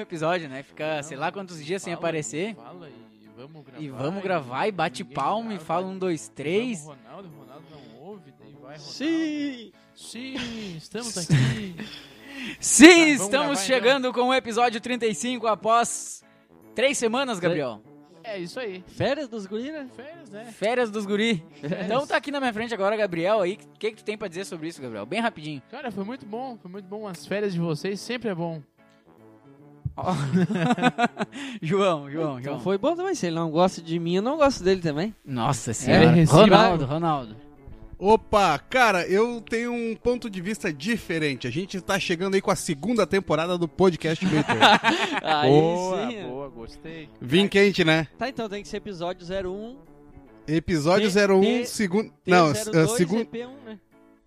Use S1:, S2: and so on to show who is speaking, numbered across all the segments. S1: episódio, né? Fica sei lá quantos dias sem aparecer.
S2: Fala e vamos gravar.
S1: E vamos gravar e bate
S2: ninguém
S1: palma e
S2: grava,
S1: fala um, dois,
S2: Vamos,
S1: três.
S2: Ronaldo, Ronaldo não ouve, daí vai Ronaldo.
S3: Sim!
S2: Sim, estamos aqui.
S1: Sim,
S2: Tá, vamos
S1: estamos
S2: gravar,
S1: chegando com o episódio 35 após três semanas, Gabriel.
S2: é isso aí.
S3: Férias dos gurinas?
S2: Férias, né?
S1: Férias dos guri. Então tá aqui na minha frente agora, Gabriel. Aí, o que, que tu tem pra dizer sobre isso, Gabriel? Bem rapidinho.
S2: Cara, foi muito bom, foi muito bom. As férias de vocês sempre é bom.
S1: Ó. João, João,
S3: Então
S1: João.
S3: foi bom também. Se ele não gosta de mim, eu não gosto dele também.
S1: Nossa
S2: senhora.
S1: Ronaldo, Ronaldo.
S4: Opa, cara, eu tenho um ponto de vista diferente. A gente tá chegando aí com a segunda temporada do Podcast Maker.
S3: Aí
S2: boa,
S3: sim.
S2: boa, gostei.
S4: Vim quente, né?
S3: Tá, então tem que ser episódio 01,
S4: Episódio
S3: T-
S4: 01,
S3: T-
S4: segundo.
S3: T02,
S4: Não, é
S3: segundo...
S4: segundo.
S3: EP1, né?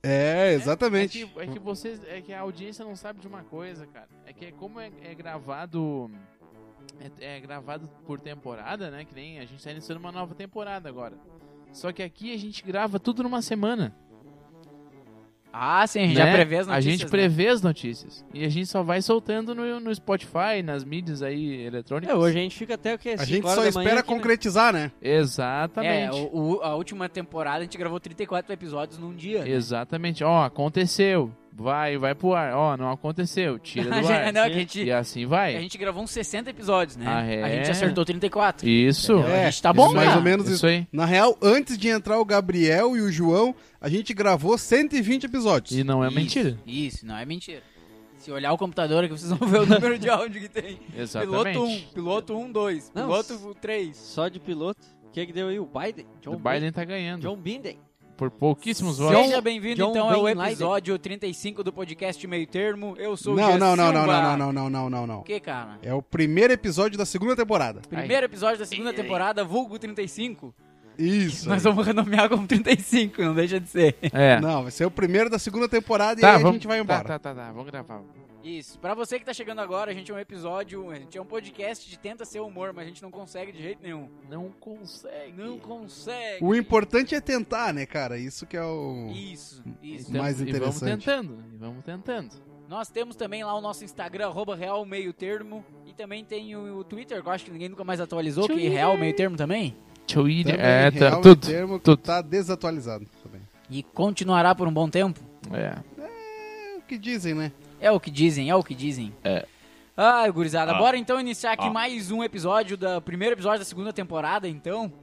S4: É,
S2: É
S4: exatamente.
S2: que, é que vocês, é que a audiência não sabe de uma coisa, cara. É que é como é, é gravado, é, é gravado por temporada, né? Que nem a gente tá iniciando uma nova temporada agora. Só que aqui a gente grava tudo numa semana.
S1: Ah, sim, a gente já
S2: né?
S1: prevê as
S2: A
S1: notícias.
S2: gente prevê as notícias. E a gente só vai soltando no, no Spotify, nas mídias aí eletrônicas.
S3: É, hoje a gente fica até o quê?
S4: A
S3: Cinco
S4: gente
S3: horas
S4: só
S3: da manhã
S4: espera
S3: aqui, né?
S4: concretizar, né?
S1: né? É,
S2: Exatamente.
S1: o- o- a última temporada a gente gravou 34 episódios num dia. né?
S2: Exatamente. Ó, aconteceu. Vai, vai pro ar. Ó, não aconteceu. Tira
S1: A
S2: do
S1: gente-
S2: ar.
S1: não, é que a gente-
S2: E assim
S1: A
S2: vai.
S1: gente gravou uns 60 episódios, né?
S2: Ah, é?
S1: A gente acertou 34.
S2: Isso.
S1: Entendeu?
S4: É,
S1: a gente tá bom,
S2: isso
S1: né?
S4: mais ou menos
S2: Isso aí.
S4: Na real, antes de entrar o Gabriel e o João, a gente gravou 120 episódios.
S2: E não é
S1: Isso,
S2: mentira.
S1: Isso, não é mentira. Se olhar o computador aqui, vocês vão ver o número de áudio que tem.
S2: Exatamente.
S1: Piloto 1, piloto 1, 2,
S3: Não,
S1: piloto 3.
S3: Só de piloto. O que que deu aí? O Biden? John
S4: Então
S2: O Biden tá ganhando.
S3: Binden? John Binden.
S2: Por pouquíssimos votos.
S1: Seja bem-vindo,
S3: John
S1: então, ao
S3: Ben Laden.
S1: episódio 35 do podcast Meio Termo. Eu sou o
S4: Não,
S1: Jean
S4: não, não, não,
S1: Silva.
S4: não, não, não, não, não, não, não.
S1: O que, cara?
S4: É o primeiro episódio da segunda temporada.
S1: Primeiro episódio da segunda temporada, vulgo 35.
S4: Isso.
S1: Nós vamos renomear como 35, não deixa de ser.
S2: É.
S4: Não, vai ser o primeiro da segunda temporada e
S2: Tá,
S4: aí a
S2: vamos...
S4: gente vai
S2: tá,
S4: embora.
S2: tá, tá, tá. Vamos gravar.
S1: Isso. Pra você que tá chegando agora, a gente é um episódio, a gente é um podcast de tenta ser humor, mas a gente não consegue de jeito nenhum.
S2: Não consegue.
S1: Não consegue.
S4: O importante é tentar, né, cara? Isso que é o.
S1: Isso, isso.
S4: Então- Mais
S2: E vamos
S4: interessante.
S2: tentando. E vamos tentando.
S1: Nós temos também lá o nosso Instagram, arroba Real Meio Termo. E também tem o Twitter, que eu acho que ninguém nunca mais atualizou, que é
S2: Twitter.
S1: Real Meio Termo também.
S2: Twitter.
S4: Também,
S2: É,
S4: real, é
S2: tá,
S4: um
S2: tudo.
S4: termo que
S2: tudo.
S4: tá desatualizado também.
S1: E continuará por um bom tempo.
S2: É.
S4: É o que dizem, né?
S1: É o que dizem, é o que dizem.
S2: É.
S1: Ah, gurizada,
S2: Ah.
S1: bora então iniciar aqui
S2: Ah.
S1: mais um episódio, da primeiro episódio da segunda temporada, então.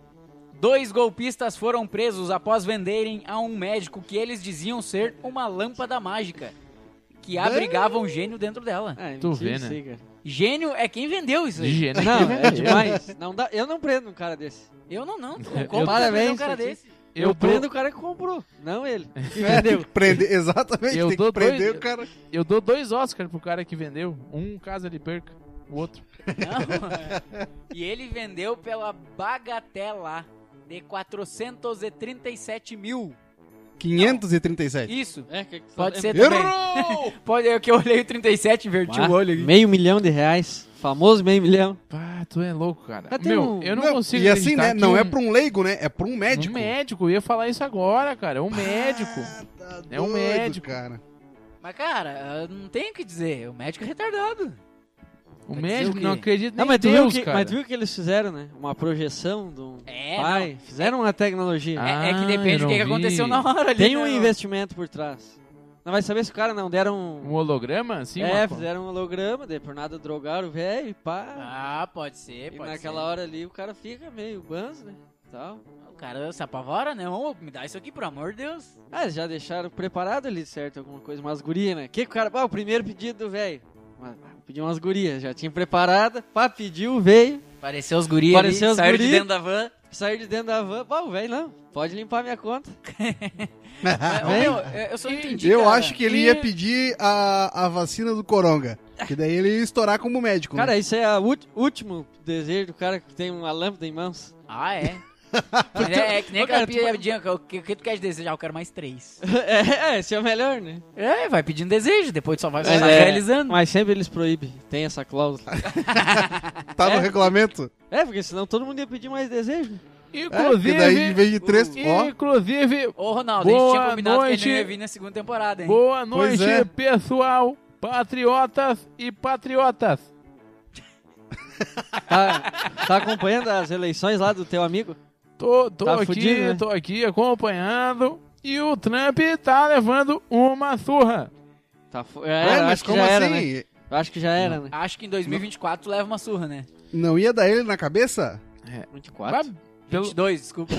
S1: Dois golpistas foram presos após venderem a um médico que eles diziam ser uma lâmpada mágica, que abrigava um gênio dentro dela.
S3: Ah, é
S2: Tu
S3: mentira
S2: vê,
S3: isso
S2: né?
S3: aí, cara.
S1: Gênio é quem vendeu isso aí.
S2: Higiene.
S3: Não, é demais. Não dá, eu não prendo um cara desse.
S1: Eu não, não. Tu não
S2: Eu-
S1: compra
S3: Parabéns,
S1: um cara
S3: Tati.
S1: desse.
S3: Eu,
S2: Eu dou,
S3: prendo o cara que comprou, não ele.
S4: É, tem que prender, exatamente,
S2: Eu
S4: tem
S2: dou
S4: que prender
S2: dois-
S4: o cara.
S2: eu dou dois Oscars pro cara que vendeu. Um caso ele perca. O outro.
S1: Não, é. E ele vendeu pela bagatela de 437 mil.
S4: 537.
S1: Isso.
S3: É, que que tu
S1: Pode
S3: tá-
S1: ser também.
S4: Errou!
S1: Pode, é que eu olhei o 37 e inverti
S3: Ah,
S1: o olho aqui.
S3: Meio milhão de reais. Famoso meio milhão.
S2: Pá, tu é louco, cara.
S3: Mas tem
S2: Meu,
S3: um-
S2: eu não, consigo
S4: E assim, né?
S2: acreditar que
S4: Não
S2: um-
S4: é pra um leigo, né? É pra um médico.
S2: Um médico, eu ia falar isso agora, cara. Um médico.
S4: Ah, tá
S2: É um
S4: doido,
S2: médico.
S4: cara.
S1: Mas, cara, eu não tenho o que dizer. O médico é retardado.
S2: Um
S1: dizer
S2: médico
S1: o
S2: não
S1: quê?
S2: acredita nem
S3: Não, mas,
S2: em
S3: tu viu
S2: Deus,
S3: que,
S2: cara.
S3: mas tu viu que eles fizeram, né? Uma projeção de um
S1: É,
S3: pai. Fizeram uma tecnologia.
S1: não. É, é que
S2: Ah,
S1: depende do
S2: eu
S1: que, que
S2: não vi.
S1: aconteceu na hora ali.
S3: Tem um
S1: né?
S3: investimento por trás. Não vai saber se o cara não deram
S2: Um
S3: um.
S2: holograma, assim?
S3: é,
S2: uma-
S3: fizeram um holograma, daí por nada drogaram o velho, e pá.
S1: Ah, pode ser,
S3: e
S1: pode
S3: naquela
S1: ser.
S3: hora ali o cara fica meio banzo, né? Tal.
S1: O cara se apavora, né? Ô, me dá isso aqui, pelo amor de Deus.
S3: Ah, eles já deixaram preparado ali, certo? Alguma coisa, umas gurias, né? Que que o cara. Ah, o primeiro pedido do velho. Uma- Pediu umas gurias, já tinha preparada. Pá, pediu, veio.
S1: Apareceu os guris
S3: Apareceu
S1: ali,
S3: os
S1: saíram de
S3: guri.
S1: dentro da van.
S3: Saiu de dentro da van. Pá, o velho não. Pode limpar minha conta.
S1: Mas,
S2: É,
S1: ô, meu, eu, eu só não entendi,
S4: Ah, Eu
S1: cara.
S4: acho que ele ia pedir a, a vacina do Coronga. Que daí ele ia estourar como médico. né?
S3: Cara, isso é o último desejo do cara que tem uma lâmpada em mãos.
S1: Ah, é? Mas é, é que nem
S3: Ô, cara,
S1: aquela
S3: tu
S1: piadinha. que eu- que- O que tu quer desejar? Eu quero mais três.
S3: é, é, esse é o melhor, né?
S1: É, vai pedindo desejo, depois tu só vai
S3: Mas
S1: vai
S3: é-
S1: realizando.
S3: Mas sempre eles proíbem, tem essa cláusula.
S4: tá
S3: é.
S4: no regulamento.
S3: é, porque senão todo mundo ia pedir mais desejo.
S4: É, Porque
S2: Inclusive,
S4: daí, em vez de três, ó.
S2: inclusive,
S1: Ô, Ronaldo, a gente
S2: Boa
S1: tinha combinado que ele não ia
S2: noite.
S1: vir na segunda temporada, hein?
S2: boa
S4: Pois
S2: noite,
S4: é.
S2: pessoal, patriotas e patriotas.
S3: Tá, tá acompanhando as eleições lá do teu amigo?
S2: Tô, tô
S3: Tá
S2: aqui,
S3: fudido, né?
S2: tô aqui acompanhando. E o Trump tá levando uma surra.
S3: Tá fo-
S4: É,
S3: era,
S4: mas
S3: acho que
S4: como
S3: já
S4: assim?
S3: era, né? Eu acho que já era, né?
S1: Acho que em 2024 tu leva uma surra, né?
S4: Não ia dar ele na cabeça?
S2: É.
S3: 24.
S2: Mas Pelo,
S1: 22, desculpa.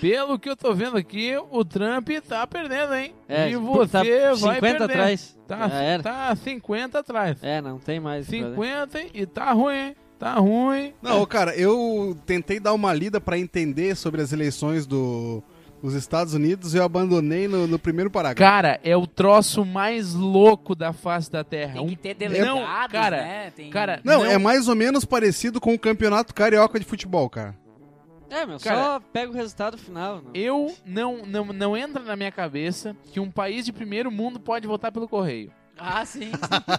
S2: pelo que eu tô vendo aqui, o Trump tá perdendo, hein?
S3: É,
S2: e
S3: tipo, tá
S2: você vai
S3: 50
S2: perder.
S3: atrás.
S2: Tá,
S3: Já era.
S2: tá 50 atrás.
S3: É, não tem mais. o que fazer.
S2: 50 e tá ruim, hein? Tá ruim.
S4: Não, ô, cara, eu tentei dar uma lida pra entender sobre as eleições do, dos Estados Unidos e eu abandonei no, no primeiro parágrafo.
S2: Cara, é o troço mais louco da face da Terra.
S1: Tem que
S2: Um
S1: ter delegados,
S2: Não, cara,
S1: né? Tem...
S2: cara,
S4: Não,
S2: não.
S4: é mais ou menos parecido com o Campeonato Carioca de Futebol, cara.
S3: É, meu, só
S2: Cara,
S3: pega o resultado final. não.
S2: Eu não, não, não entra na minha cabeça que um país de primeiro mundo pode votar pelo correio.
S1: Ah, sim.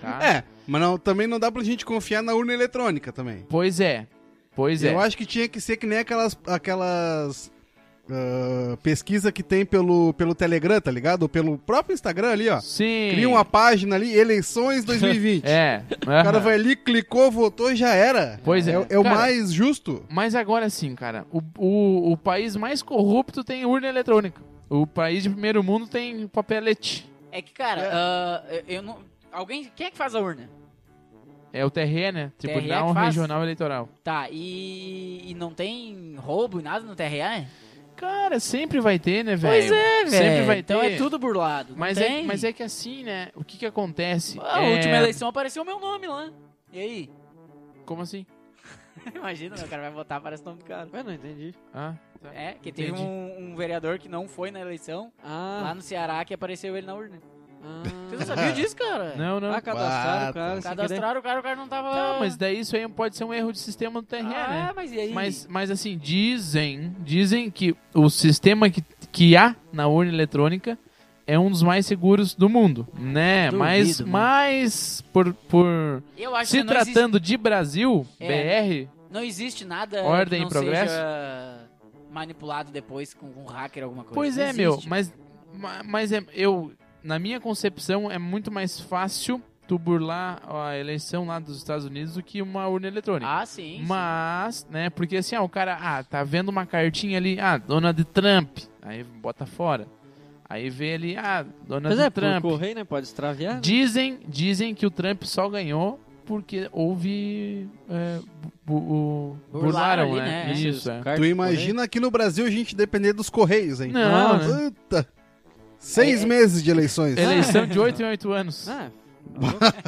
S2: Tá?
S4: É, mas não- também não dá pra gente confiar na urna eletrônica também.
S2: Pois é. Pois é.
S4: Eu acho que tinha que ser que nem aquelas, aquelas ah, pesquisa que tem pelo, pelo Telegram, tá ligado? Ou pelo próprio Instagram ali, ó.
S2: Sim.
S4: Cria uma página ali, eleições 2020.
S2: É.
S4: O cara vai ali, clicou, votou e já era.
S2: Pois é.
S4: É, é o
S2: Cara,
S4: mais justo.
S2: Mas agora sim, cara. O, o, o país mais corrupto tem urna eletrônica. O país de primeiro mundo tem papelete.
S1: É que, cara, ah, eu- eu não. Alguém. Quem é que faz a urna?
S2: É o TRE, né?
S1: TRE que
S4: é
S2: Tribunal
S1: faz?
S2: Regional Eleitoral.
S1: Tá, e, e não tem roubo e nada no TRA?
S2: Cara, sempre vai ter, né, velho? Sempre vai
S1: Então
S2: ter.
S1: é tudo burlado. não
S2: Mas é,
S1: tem?
S2: mas é que assim, né? O que que acontece?
S1: Ah, A
S2: É-
S1: última eleição apareceu o meu nome lá. E aí?
S2: Como assim?
S1: Imagina, né, o cara vai votar, aparece o nome do cara.
S3: Eu não entendi.
S2: Ah, tá.
S1: É, que teve
S2: Entendi.
S1: um, um vereador que não foi na eleição, lá
S3: Ah,
S1: no Ceará, que apareceu ele na urna.
S3: ah,
S1: Vocês não sabiam disso, cara?
S2: Não, não.
S3: ah cadastraram
S4: Ah,
S3: o cara. sem querer.
S1: Cadastraram o cara, o cara não tava...
S2: Tá, mas daí isso aí pode ser um erro de sistema do TRE,
S1: Ah,
S2: né?
S1: mas e aí?
S2: Mas, mas assim, dizem, dizem que o sistema que, que há na urna eletrônica é um dos mais seguros do mundo, né?
S1: Duvido,
S2: mas,
S1: mano.
S2: mas por, por
S1: Eu acho
S2: se
S1: que não
S2: tratando de Brasil,
S1: É.
S2: BR,
S1: existe, não existe nada
S2: Ordem e
S1: que não
S2: progresso?
S1: seja manipulado depois com um hacker alguma coisa.
S2: pois
S1: Não
S2: é, meu,
S1: existe.
S2: mas, ma- mas é, eu, na minha concepção, é muito mais fácil tu burlar a eleição lá dos Estados Unidos do que uma urna eletrônica.
S1: Ah, sim. sim.
S2: Mas, né, porque assim, ó, o cara, ah, tá vendo uma cartinha ali, ah, Donald Trump, aí bota fora. Aí vê ali, ah, Donald
S3: Pois é, pro
S2: Trump.
S3: correio, né? Pode extraviar. né?
S2: Dizem, dizem que o Trump só ganhou porque houve. é, bu- bu-
S1: Burlaram
S2: burlaram,
S1: ali,
S2: né?
S1: né?
S2: Isso, é.
S3: Carta
S4: Tu
S3: do
S4: imagina aqui no Brasil a gente depender dos Correios, hein?
S2: Não, né?
S4: Puta! Seis
S1: É-
S4: meses de eleições.
S2: Eleição de 8 em 8 anos.
S3: correio.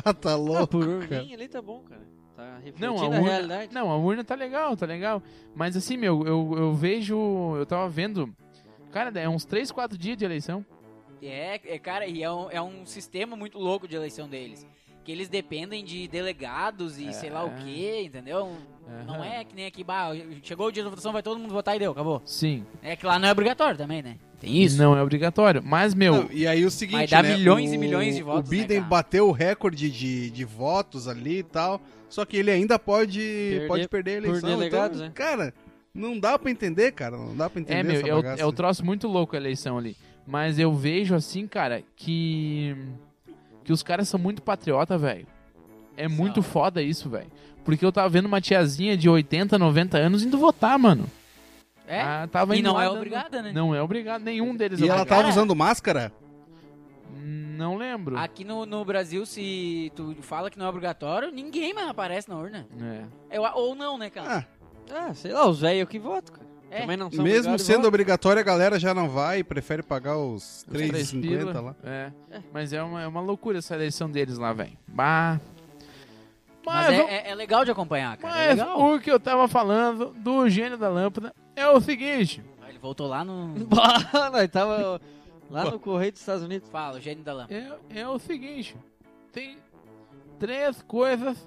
S4: Ah, tá
S3: Ah,
S4: louco.
S3: por
S4: cara.
S3: urninha ali tá bom, cara. Tá refletindo
S2: Não, a
S3: a
S2: urna,
S3: realidade.
S2: Não, a urna tá legal, tá legal. Mas assim, meu, eu, eu vejo. Eu tava vendo. Cara, é uns 3, 4 dias de eleição.
S1: É, é, cara, e é um, é um sistema muito louco de eleição deles. Que eles dependem de delegados e sei lá o que, entendeu? Não
S2: Aham.
S1: é que nem aqui, bah, chegou o dia da votação, vai todo mundo votar e deu, acabou.
S2: Sim.
S1: É que lá não é obrigatório também, né? Tem isso.
S2: Não é obrigatório. Mas, meu, é,
S4: Não, e aí o seguinte,
S1: Mas dá
S4: né,
S1: milhões
S4: o-
S1: e milhões de votos,
S4: O
S1: né,
S4: Biden
S1: cara?
S4: bateu o recorde de, de votos ali e tal, só que ele ainda pode perder,
S3: Perder
S4: pode perder a
S3: por
S4: eleição.
S3: delegados,
S4: então,
S3: né?
S4: Cara, não dá pra entender, cara. Não dá pra entender
S2: é, meu,
S4: essa
S2: é o,
S4: bagaça.
S2: é o troço muito louco a eleição ali. Mas eu vejo assim, cara, que. Que os caras são muito patriota, velho. É
S1: São.
S2: muito foda isso, velho. Porque eu tava vendo uma tiazinha de 80, 90 anos indo votar, mano.
S1: É?
S2: Ah, tava
S1: e
S2: indo
S1: não
S2: lá
S1: é
S2: dando-
S1: obrigada, né?
S2: Não é obrigado, nenhum deles é
S4: E ela tá-
S2: obrigado.
S4: tava usando máscara?
S2: Não lembro.
S1: Aqui no, no Brasil, se tu fala que não é obrigatório, ninguém mais aparece na urna.
S2: É.
S1: Eu, ou não, né, cara?
S4: Ah,
S3: Ah, sei lá, os velhos que votam, cara.
S1: É.
S3: Também não são
S4: mesmo
S3: obrigados a
S4: sendo
S3: votar.
S4: obrigatória, a galera já não vai, prefere pagar os
S2: Os três pila.
S4: 3,50 lá.
S2: É.
S3: É.
S2: Mas é uma, é uma loucura essa eleição deles lá, velho. Bah.
S1: Mas
S2: vamos-
S1: é, é- é legal de acompanhar, cara. é
S2: Mas
S1: legal.
S2: o que eu tava falando do gênio da lâmpada é o seguinte.
S1: Ah, Ele voltou lá no...
S3: Bah, nós tava lá no correio dos Estados Unidos.
S1: Fala, o gênio da lâmpada.
S2: É, é o seguinte. Tem três coisas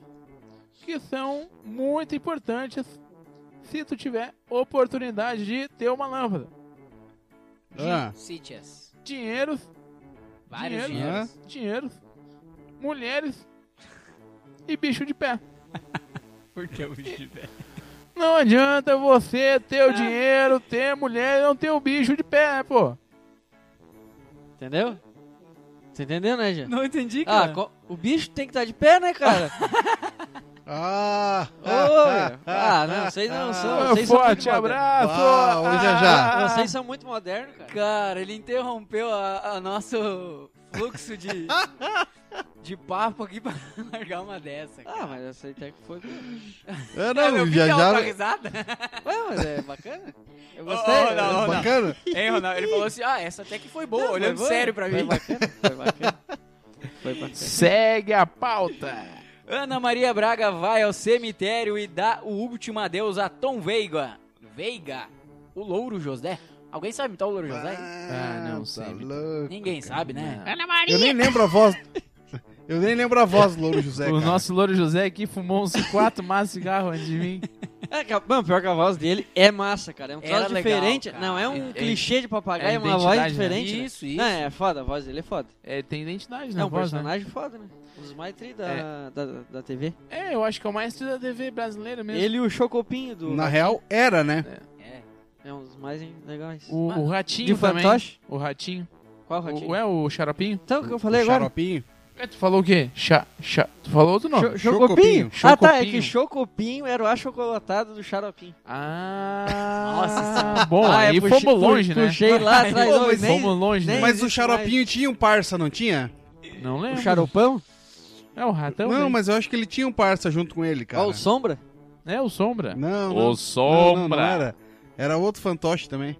S2: que são muito importantes se tu tiver oportunidade de ter uma lâmpada.
S4: Ah,
S1: Sítias.
S2: Dinheiro,
S1: Vários
S2: Dinheiro.
S1: dinheiros.
S2: dinheiro, mulheres e bicho de pé.
S1: Porque eu estiver.
S2: Não adianta você ter
S3: É.
S2: o dinheiro, ter mulher e não ter o bicho de pé, né, pô?
S3: Entendeu? Você entendeu, né, Jean?
S1: Não entendi,
S3: Ah,
S1: cara.
S3: co- o bicho tem que estar de pé, né, cara?
S4: Ah!
S3: Oi! Ah, não, vocês não são.
S2: Ah,
S3: Vocês são muito
S2: forte
S3: modernos.
S2: abraço! Ah,
S4: Uau, hoje é já.
S3: Vocês são muito modernos, cara.
S1: Cara, ele interrompeu a, a nosso fluxo de, de papo aqui pra largar uma dessa.
S3: Ah,
S1: Cara.
S3: mas essa aí até que foi. Ué,
S4: É,
S1: Cara, eu
S4: não,
S1: vi
S4: já
S1: que ela tá
S4: já.
S1: risada.
S3: mas é bacana. Eu
S1: Oh,
S3: gostei.
S4: tá,
S1: oh, não,
S3: eu-
S1: oh, não.
S4: é Bacana?
S1: Hein, Ronaldo? Ele falou assim: ah, essa até que foi boa,
S3: Não,
S1: olhando
S3: foi boa,
S1: sério pra
S3: Foi
S1: mim.
S3: bacana, foi bacana. Foi bacana.
S2: Segue a pauta.
S1: Ana Maria Braga vai ao cemitério e dá o último adeus a Tom Veiga. Veiga? O Louro José? Alguém sabe imitar o Louro José?
S2: Ah, não sei,
S4: Tá
S2: Vitor.
S4: louco.
S1: Ninguém sabe, né?
S2: Não.
S4: Eu nem lembro a voz. Eu nem lembro a voz do Louro José.
S2: o
S4: cara.
S2: nosso Louro José aqui fumou uns quatro maços de cigarro antes de mim.
S3: É, que a- mano, pior que a voz dele é massa, cara. É um
S1: Era
S3: troço
S1: legal,
S3: diferente.
S1: cara.
S3: não é um
S2: É-
S3: clichê de papagaio,
S2: é
S3: é uma
S2: identidade,
S3: voz
S2: né?
S3: diferente. né?
S1: Isso, isso.
S3: Não, é foda, a voz dele é foda.
S2: É, tem identidade, né?
S3: É um
S2: voz, né?
S3: personagem foda, né? Um dos mais tri da, da, da TV.
S2: É, eu acho que é o maestro da TV brasileira mesmo.
S3: Ele e o Chocopinho do.
S4: Na real, era, né?
S1: É.
S3: É um dos mais legais.
S2: O, o Ratinho
S3: Ah, De
S2: também.
S3: fantoche?
S2: O Ratinho.
S3: Qual
S2: O-
S3: ratinho?
S2: O, é o Xaropinho?
S3: Então, o que eu
S4: O
S3: falei agora?
S4: Xaropinho.
S2: É, tu falou o quê? Xa, xa, tu falou outro nome.
S3: Cho- Chocopinho.
S4: Chocopinho.
S3: Ah, tá. É
S2: Chocopinho.
S3: que Chocopinho era o achocolatado do Xaropinho.
S2: Ah,
S1: Nossa,
S2: bom,
S3: ah,
S2: aí
S3: eu puxei-
S2: fomos longe,
S3: pu-
S2: né?
S3: Puxei lá
S1: Aí,
S3: atrás.
S4: pô,
S3: não,
S4: mas
S3: nem-
S2: fomos longe,
S3: nem-
S2: né?
S4: Mas o
S3: existe
S4: Xaropinho tinha um parça, não tinha?
S2: Não
S3: O
S2: lembro.
S3: Xaropão?
S2: É o ratão.
S4: não,
S2: né?
S4: mas eu acho que ele tinha um parça junto com ele, cara.
S3: Ó, o Sombra?
S2: É o Sombra.
S4: Não,
S2: O
S4: não.
S2: Sombra.
S4: Não, não, não era. Era outro fantoche também.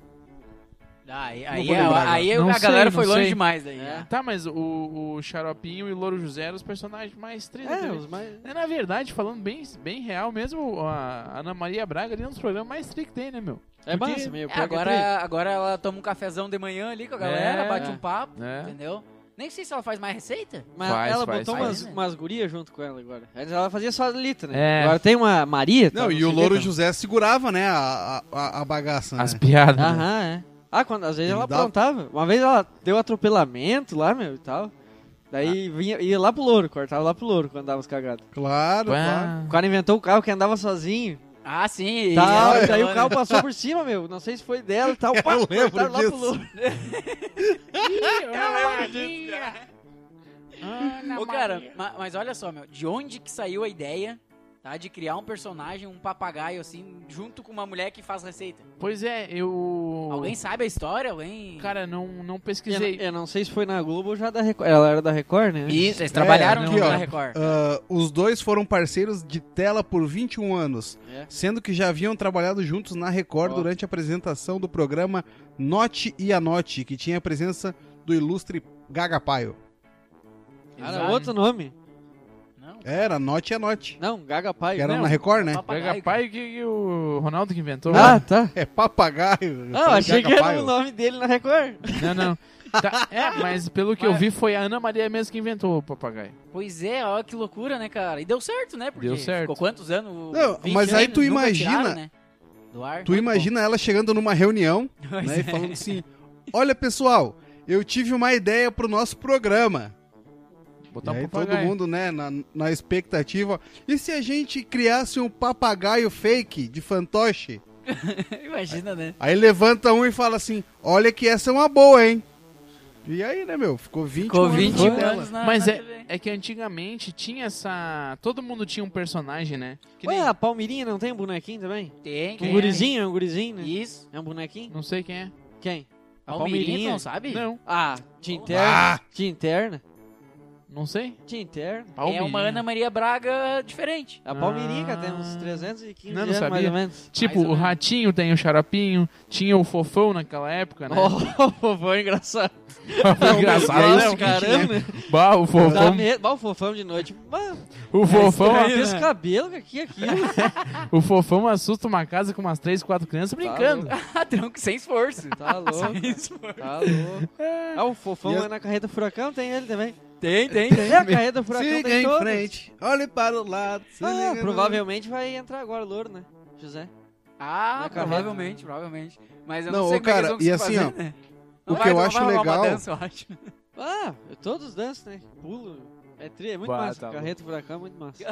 S1: Aí, aí,
S4: vou lembrar agora.
S1: aí
S2: Não
S1: a galera
S2: sei,
S1: foi
S2: não
S1: longe
S2: sei.
S1: demais daí.
S3: É.
S1: né?
S2: Tá, mas o, o Xaropinho e o Louro José eram os personagens mais tristes.
S3: É, os mais.
S2: Na verdade, falando bem, bem real mesmo, a Ana Maria Braga ali é um dos programas mais tri que tem, né, meu?
S3: É
S2: Porque-
S3: massa meio.
S1: É,
S3: pior que
S1: agora, agora ela toma um cafezão de manhã ali com a galera,
S2: É.
S1: bate um papo,
S2: É.
S1: entendeu? Nem sei se ela faz mais receita.
S3: Mas
S2: Faz,
S3: ela
S2: faz,
S3: botou
S1: faz.
S3: umas, umas gurias junto com ela agora. Antes ela fazia só a Lita, né?
S2: É.
S3: Agora tem uma Maria. tá?
S4: Não, e
S3: sei
S4: o
S3: quem
S4: Louro
S3: tá.
S4: José segurava, né, a, a, a bagaça, né?
S2: As piadas. né?
S3: Aham, é. Ah, quando, às vezes
S4: Ele
S3: ela
S4: dava-
S3: aprontava. Uma vez ela deu atropelamento lá, meu, e tal. Daí
S4: Ah.
S3: vinha, ia lá pro louro, cortava lá pro louro quando dava os cagados.
S4: Claro, claro.
S2: Pá.
S3: O cara inventou o carro que andava sozinho.
S1: Ah, sim.
S2: Tá,
S3: Tal,
S2: é.
S1: ela
S3: e daí o
S1: falando.
S3: carro passou por cima, meu. Não sei se foi dela e tal. Pá,
S4: Eu lembro
S3: cortaram lá pro
S4: disso.
S3: louro.
S1: É Ô, cara, ma- mas olha só, meu, de onde que saiu a ideia, tá, de criar um personagem, um papagaio, assim, junto com uma mulher que faz receita?
S2: Pois é, eu.
S1: Alguém sabe a história? Alguém...
S2: Cara, não, não
S3: Eu,
S2: pesquisei.
S3: eu não sei se foi na Globo ou já da Record. Ela era da Record, né?
S1: Isso, eles
S4: É,
S1: trabalharam
S4: aqui,
S1: junto
S4: ó.
S1: na Record.
S4: Ah, os dois foram parceiros de tela por 21 anos,
S3: É.
S4: sendo que já haviam trabalhado juntos na Record
S3: Ó.
S4: durante a apresentação do programa Note e a Note, que tinha a presença do ilustre Gaga Paio.
S3: Era outro nome.
S1: Não,
S2: é.
S4: Era Note e a Note,
S3: Não, Gaga Pai.
S4: que era
S3: não.
S4: na Record, né?
S2: Pega pai que, que o Ronaldo que inventou.
S3: um Ah, tá.
S4: É papagaio. eu
S3: Ah,
S4: falei
S3: achei que
S4: Gaga
S3: era
S4: Paio.
S3: o nome dele na Record.
S2: Não, não. Tá, é, mas pelo que eu vi, foi a Ana Maria mesmo que inventou o papagaio.
S1: Pois é, ó, que loucura, né, cara? E deu certo, né? Porque
S2: Deu certo.
S1: ficou quantos anos?
S4: Não,
S1: 20
S4: mas aí
S1: anos,
S4: tu
S1: nunca
S4: imagina-
S1: tiraram, né? Do ar.
S4: Tu imagina ela chegando numa reunião
S1: Pois
S4: né, e
S1: é.
S4: falando assim: Olha pessoal, eu tive uma ideia pro nosso programa.
S2: Botar
S4: e aí
S2: um papagaio.
S4: todo mundo, né, na, na expectativa. E se a gente criasse um papagaio fake de fantoche?
S1: imagina, né?
S4: Aí levanta um e fala assim: Olha que essa é uma boa, hein? E aí, né, meu? Ficou 20
S1: Ficou
S4: anos
S1: 20
S4: dela.
S1: Tipo, anos na,
S2: Mas
S1: na
S2: é,
S1: TV.
S2: é que antigamente tinha essa. Todo mundo tinha um personagem, né? Que
S3: Ué,
S2: nem-
S3: a Palmeirinha não tem um bonequinho também?
S1: Tem,
S3: Um
S1: quem é?
S3: gurizinho, é um gurizinho, né?
S1: Isso.
S3: É um bonequinho?
S2: Não sei quem é.
S3: Quem? A
S1: Palmeirinha,
S3: Palmeirinha.
S1: não sabe?
S2: Não,
S3: Ah, né? te interna.
S4: Ah!
S3: Te interna.
S2: não sei. né?
S3: Te interna.
S1: É uma Ana Maria Braga diferente.
S3: A Palmeirinha, que
S2: Ah.
S3: tem uns 315
S2: Não, não
S3: anos, mais
S2: sabia.
S3: ou menos.
S2: Tipo,
S1: Mais ou
S2: o
S1: menos.
S2: Ratinho tem o Xaropinho, tinha o Fofão naquela época,
S1: Oh,
S2: né?
S3: Ó, o fofão é engraçado.
S2: Foi engraçado,
S4: mas é
S2: né?
S4: isso, cara.
S3: Caramba,
S2: Bah, o
S3: dá
S2: Fofão,
S3: medo. Bah, o fofão de noite. Bah,
S2: o Fofão, né?
S3: é esse cabelo que aqui, aquilo.
S1: né?
S2: o Fofão assusta uma casa com umas três, quatro crianças brincando.
S3: Tá
S1: Tronco um sem esforço.
S3: Tá louco,
S1: Sem esforço.
S3: tá louco. Ah, o fofão
S4: E as-
S3: é na carreta furacão, tem ele também.
S1: Tem, tem,
S3: É, a carreta furacão
S4: Siga
S3: tem
S4: em
S3: todos.
S4: frente, olhe para o lado. se
S3: Ah,
S4: liga no-
S3: provavelmente vai entrar agora o louro, né? José.
S1: Ah,
S3: Na carreta.
S1: provavelmente, provavelmente. Mas eu não,
S4: Não,
S1: sei
S4: ô,
S1: como é que eles
S4: cara,
S1: vão
S4: e
S1: se
S4: assim,
S1: fazer,
S4: ó,
S1: né?
S4: o
S1: Não
S4: que
S1: vai-
S4: eu
S1: não
S4: acho
S1: vai rolar uma
S4: legal-
S1: dança, eu acho.
S3: Ah, todos dançam, né? Pulo. É tri, é muito
S2: Bah,
S3: massa.
S2: tá
S3: Carreta Furacão é muito massa.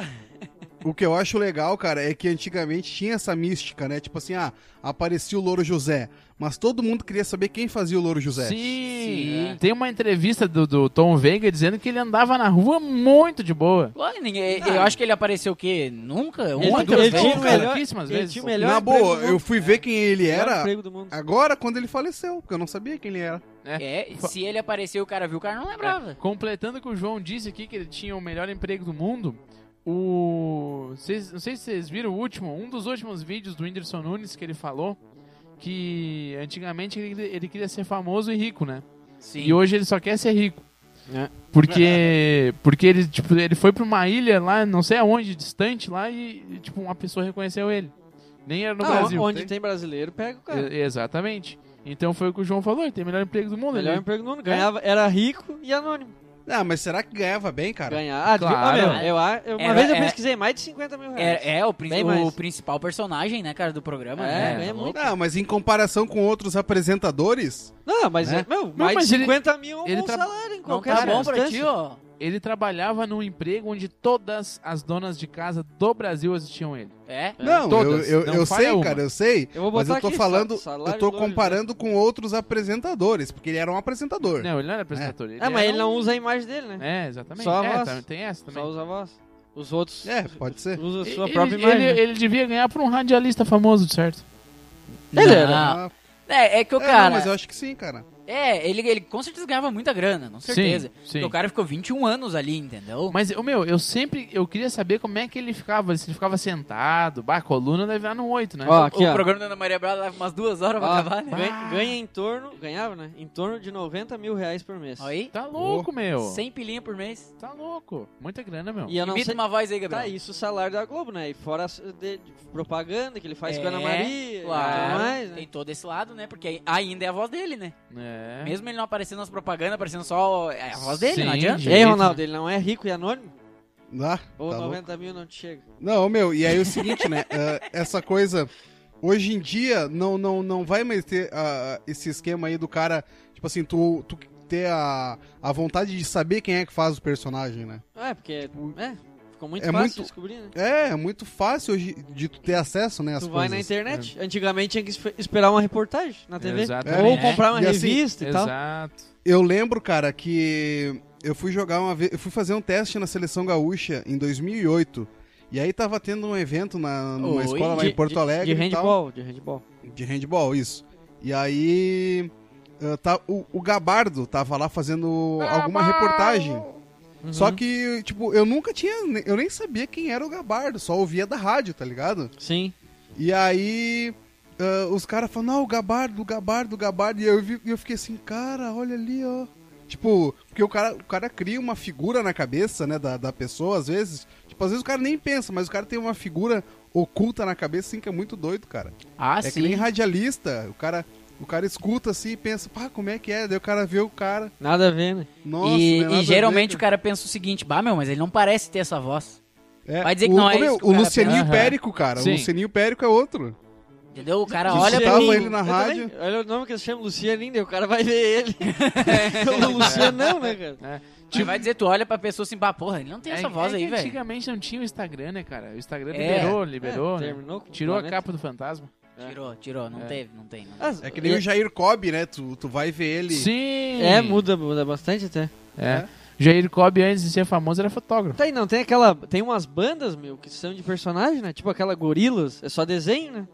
S4: O que eu acho legal, cara, é que antigamente tinha essa mística, né? Tipo assim, ah, aparecia o Louro José. Mas todo mundo queria saber quem fazia o Louro José.
S2: Sim. Tem uma entrevista do, do Tom Veiga dizendo que ele andava na rua muito de boa.
S1: Claro, ninguém- eu acho que ele apareceu o quê? Nunca?
S3: Ele-
S1: Ontem,
S3: ele
S1: né?
S3: tinha o
S2: cara,
S3: melhor-
S2: pouquíssimas
S3: ele
S2: vezes.
S3: tinha o melhor
S4: Na
S3: emprego
S4: boa,
S3: do mundo.
S4: eu fui ver quem ele
S3: Melhor
S4: era
S3: emprego do mundo.
S4: agora quando ele faleceu, porque eu não sabia quem ele era.
S1: É, se ele apareceu, o cara viu, o cara não lembrava.
S2: Completando o que o João disse aqui, que ele tinha o melhor emprego do mundo, o. Cês, não sei se vocês viram o último, um dos últimos vídeos do Whindersson Nunes que ele falou que antigamente ele, ele queria ser famoso e rico, né?
S1: Sim.
S2: E hoje ele só quer ser rico.
S3: É.
S2: Porque, porque ele, tipo, ele foi pra uma ilha lá, não sei aonde, distante lá, e, e, tipo, uma pessoa reconheceu ele. Nem era no
S3: Ah,
S2: Brasil. É.
S3: onde
S4: tem?
S3: tem, brasileiro, pega o cara.
S2: E- exatamente. Então foi o que o João falou, ele tem o melhor emprego do mundo.
S3: Melhor
S2: ele-
S3: emprego do mundo. Ganhava, era rico e anônimo.
S4: Ah, mas será que ganhava bem, cara?
S3: Ganhar. Ah, devia-
S2: Claro.
S3: ah, meu, eu, a- eu- uma
S1: Era-
S3: vez eu
S1: era-
S3: pesquisei mais de 50 mil reais.
S1: É, é, o, prin-
S3: Bem
S1: o
S3: mais.
S1: principal personagem, né, cara, do programa.
S3: É,
S1: né?
S3: ganha
S1: Tá louco.
S3: muito.
S4: Ah, mas em comparação com outros apresentadores,
S3: Não, mas,
S4: Né?
S3: é, meu, mais
S2: mas
S3: de
S2: ele-
S3: 50 mil é um
S2: ele
S3: bom
S2: tra-
S3: salário em
S1: Não
S3: qualquer
S1: tá bom pra
S3: circunstância.
S1: ti, ó.
S2: Ele trabalhava num emprego onde todas as donas de casa do Brasil assistiam ele.
S1: É.
S4: não,
S2: todas,
S4: eu, eu,
S2: não
S4: eu
S2: falha
S4: sei,
S2: uma.
S4: cara, eu sei.
S3: Eu vou
S4: mas
S3: botar
S4: eu tô
S3: aqui,
S4: falando,
S3: sa- salário
S4: eu tô
S3: do Louro
S4: comparando com outros apresentadores, porque ele era um apresentador.
S2: Não, ele não era apresentador.
S3: É, mas ele não usa a imagem dele, né?
S2: um É, exatamente.
S3: Só a
S2: é,
S3: voz.
S2: tá- tem essa também.
S3: Só usa a voz. Os outros
S4: É, pode ser.
S3: usam a sua
S2: ele,
S3: própria
S2: ele-
S3: imagem. né?
S2: ele- ele devia ganhar por um radialista famoso, de certo?
S3: Ele era.
S1: Não. É, é que o
S4: é,
S1: cara.
S4: não, mas eu acho que sim, cara.
S1: É, ele, ele com certeza ganhava muita grana, com certeza.
S2: Sim,
S1: Porque
S2: sim.
S1: O cara ficou 21 anos ali, entendeu?
S2: Mas, ô, meu, eu sempre eu queria saber como é que ele ficava. Se ele ficava sentado. Bah, a coluna deve dar no 8, né?
S3: Ó, aqui,
S1: o
S3: ó.
S1: programa da Ana Maria Braga leva umas duas horas pra
S3: Ó,
S1: acabar, né?
S3: ganha, ganha em torno, ganhava, né? Em torno de 90 mil reais por mês.
S1: Aí,
S2: Tá louco, meu.
S1: 100 pilinha por mês.
S2: Tá louco. Muita grana, meu.
S3: E eu não
S1: Imita
S3: sei...
S1: uma voz aí, Gabriel.
S3: Tá, isso o salário da Globo, né? E fora as- de, de propaganda que ele faz
S1: É,
S3: com a Ana Maria e
S1: Claro,
S3: tudo mais, né?
S1: tem todo esse lado, né? Porque aí- ainda é a voz dele, né?
S2: É.
S1: Mesmo ele não aparecendo nas propagandas, aparecendo só é a voz dele,
S2: Sim,
S1: não adianta.
S3: E
S2: gente.
S3: aí,
S2: jeito,
S3: Ronaldo, ele não é rico e anônimo?
S4: Ah,
S3: Ou
S4: tá louco.
S3: 90 mil não te chega?
S4: Não, meu, e aí é o seguinte, né? ah, essa coisa. Hoje em dia, não, não, não vai mais ter ah, esse esquema aí do cara, tipo assim, tu, tu ter a, a vontade de saber quem é que faz o personagem, né?
S3: Ah, é porque é, ficou muito
S4: É
S3: fácil
S4: muito-
S3: de descobrir, né?
S4: É, é muito fácil hoje de tu ter acesso, né? às
S3: Tu vai na
S4: coisas.
S3: internet. Antigamente tinha que espe- esperar uma reportagem na TV.
S2: Exatamente.
S3: Ou comprar uma
S4: E assim-
S3: revista e tal.
S2: Exato.
S4: Eu lembro, cara, que eu fui jogar uma vez, eu fui fazer um teste na seleção gaúcha em 2008. E aí tava tendo um evento na numa
S1: Oi,
S4: escola lá
S3: De-
S4: em Porto
S3: de-
S4: Alegre
S3: De
S4: e tal.
S3: handball, de handball.
S4: De handball, isso. E aí. ah, tá, o, o Gabardo tava lá fazendo alguma reportagem. Só
S3: Uhum.
S4: que, tipo, eu nunca tinha. ne- Eu nem sabia quem era o Gabardo, só ouvia da rádio, tá ligado?
S3: Sim.
S4: E aí. ah, os caras falam, não, o Gabardo, o Gabardo, o Gabardo. E eu, vi, eu fiquei assim, cara, olha ali, ó. Tipo, porque o cara, o cara cria uma figura na cabeça, né, da, da pessoa, às vezes. Tipo, às vezes o cara nem pensa, mas o cara tem uma figura oculta na cabeça, assim, que é muito doido, cara.
S1: Ah,
S4: É que
S1: sim.
S4: nem radialista. O cara, o cara escuta assim e pensa, pá, como é que é? Daí o cara vê o cara.
S3: Nada a ver, né?
S4: Nossa,
S1: e,
S4: não é nada a
S1: e
S4: ver,
S1: geralmente o
S4: cara."
S1: cara pensa o seguinte, bah, meu, mas ele não parece ter essa voz.
S4: É,
S1: vai dizer que
S4: o,
S1: não é
S4: ô, meu,
S1: isso que o
S4: o
S1: cara
S4: Lucianinho
S2: pensa.
S4: Périco, cara.
S2: Sim.
S4: O Lucianinho Périco é outro.
S1: Entendeu? O cara
S4: Que
S3: Tipo,
S1: olha
S4: Luciano-
S1: pra
S4: escutava
S1: mim.
S4: ele na
S3: eu
S4: rádio.
S3: também. Olha o nome que ele chama Lucianinho, daí o cara vai ver ele. o Luciano não, né, cara?
S1: Tipo... Vai dizer, tu olha pra pessoa assim, bah, porra, ele não tem
S2: É-
S1: essa voz
S2: é que
S1: aí, velho.
S2: Antigamente não tinha o Instagram, né, cara? O Instagram
S1: É.
S2: liberou, liberou.
S3: É,
S2: né?
S3: terminou com o
S2: Tirou a
S3: planeta.
S2: capa do fantasma.
S1: Tirou, tirou, não teve, não tem. Não.
S3: Ah,
S4: É que nem o Jair Cobb, né? Tu, tu vai ver ele. né?
S2: Sim!
S3: É, muda, muda bastante até.
S2: É. Jair Cobb, antes de ser famoso, era fotógrafo.
S3: Tá aí, não, tem aquela. Tem umas bandas, meu, que são de personagem, né? Tipo aquela gorilas, é só desenho, né?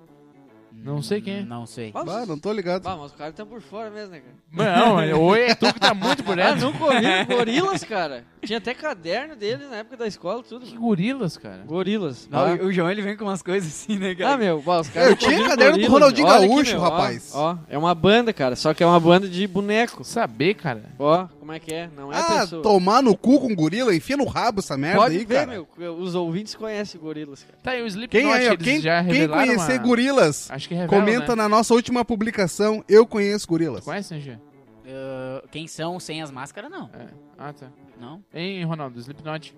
S2: Não sei quem é.
S1: Não sei.
S3: Ah,
S4: Ah,
S3: vocês-
S4: não tô ligado.
S3: Bah, mas os caras estão por fora mesmo, né, cara?
S2: Não, oi, é tu que tá muito por
S3: Ah,
S2: essa.
S3: nunca ouviram gorilas, cara. Tinha até caderno deles na época da escola, tudo.
S2: Que gorilas, cara.
S3: Gorilas.
S1: Ah,
S3: Ah,
S1: o- o João ele vem com umas coisas assim, né, cara?
S3: Ah, meu, bah, os caras.
S4: Eu
S3: nunca
S4: tinha
S3: ouviram
S4: caderno do
S3: Gorilas,
S4: Ronaldinho
S3: meu. Olha
S4: Gaúcho,
S3: ó,
S4: rapaz.
S3: Ó, é uma banda, cara, só que é uma banda de boneco.
S2: Saber, cara.
S3: Ó, como é que é? Não é
S4: ah,
S3: pessoa.
S4: tomar no cu com gorila, enfia no rabo essa merda
S3: Pode
S4: aí,
S3: ver,
S4: cara.
S3: meu. Os ouvintes conhecem gorilas, cara.
S2: Tá aí o
S4: Quem,
S2: Slipknot,
S4: aí, ó,
S2: eles
S4: quem,
S2: já
S4: quem
S2: revelaram
S4: conhecer
S2: uma...
S4: gorilas,
S2: Acho que revela,
S4: comenta
S2: né?
S4: na nossa última publicação, eu conheço gorilas.
S2: Conhece, Angê?
S1: Ah, quem são sem as máscaras, não.
S2: É. Ah, tá.
S1: Não,
S2: Hein, Ronaldo, Slipknot.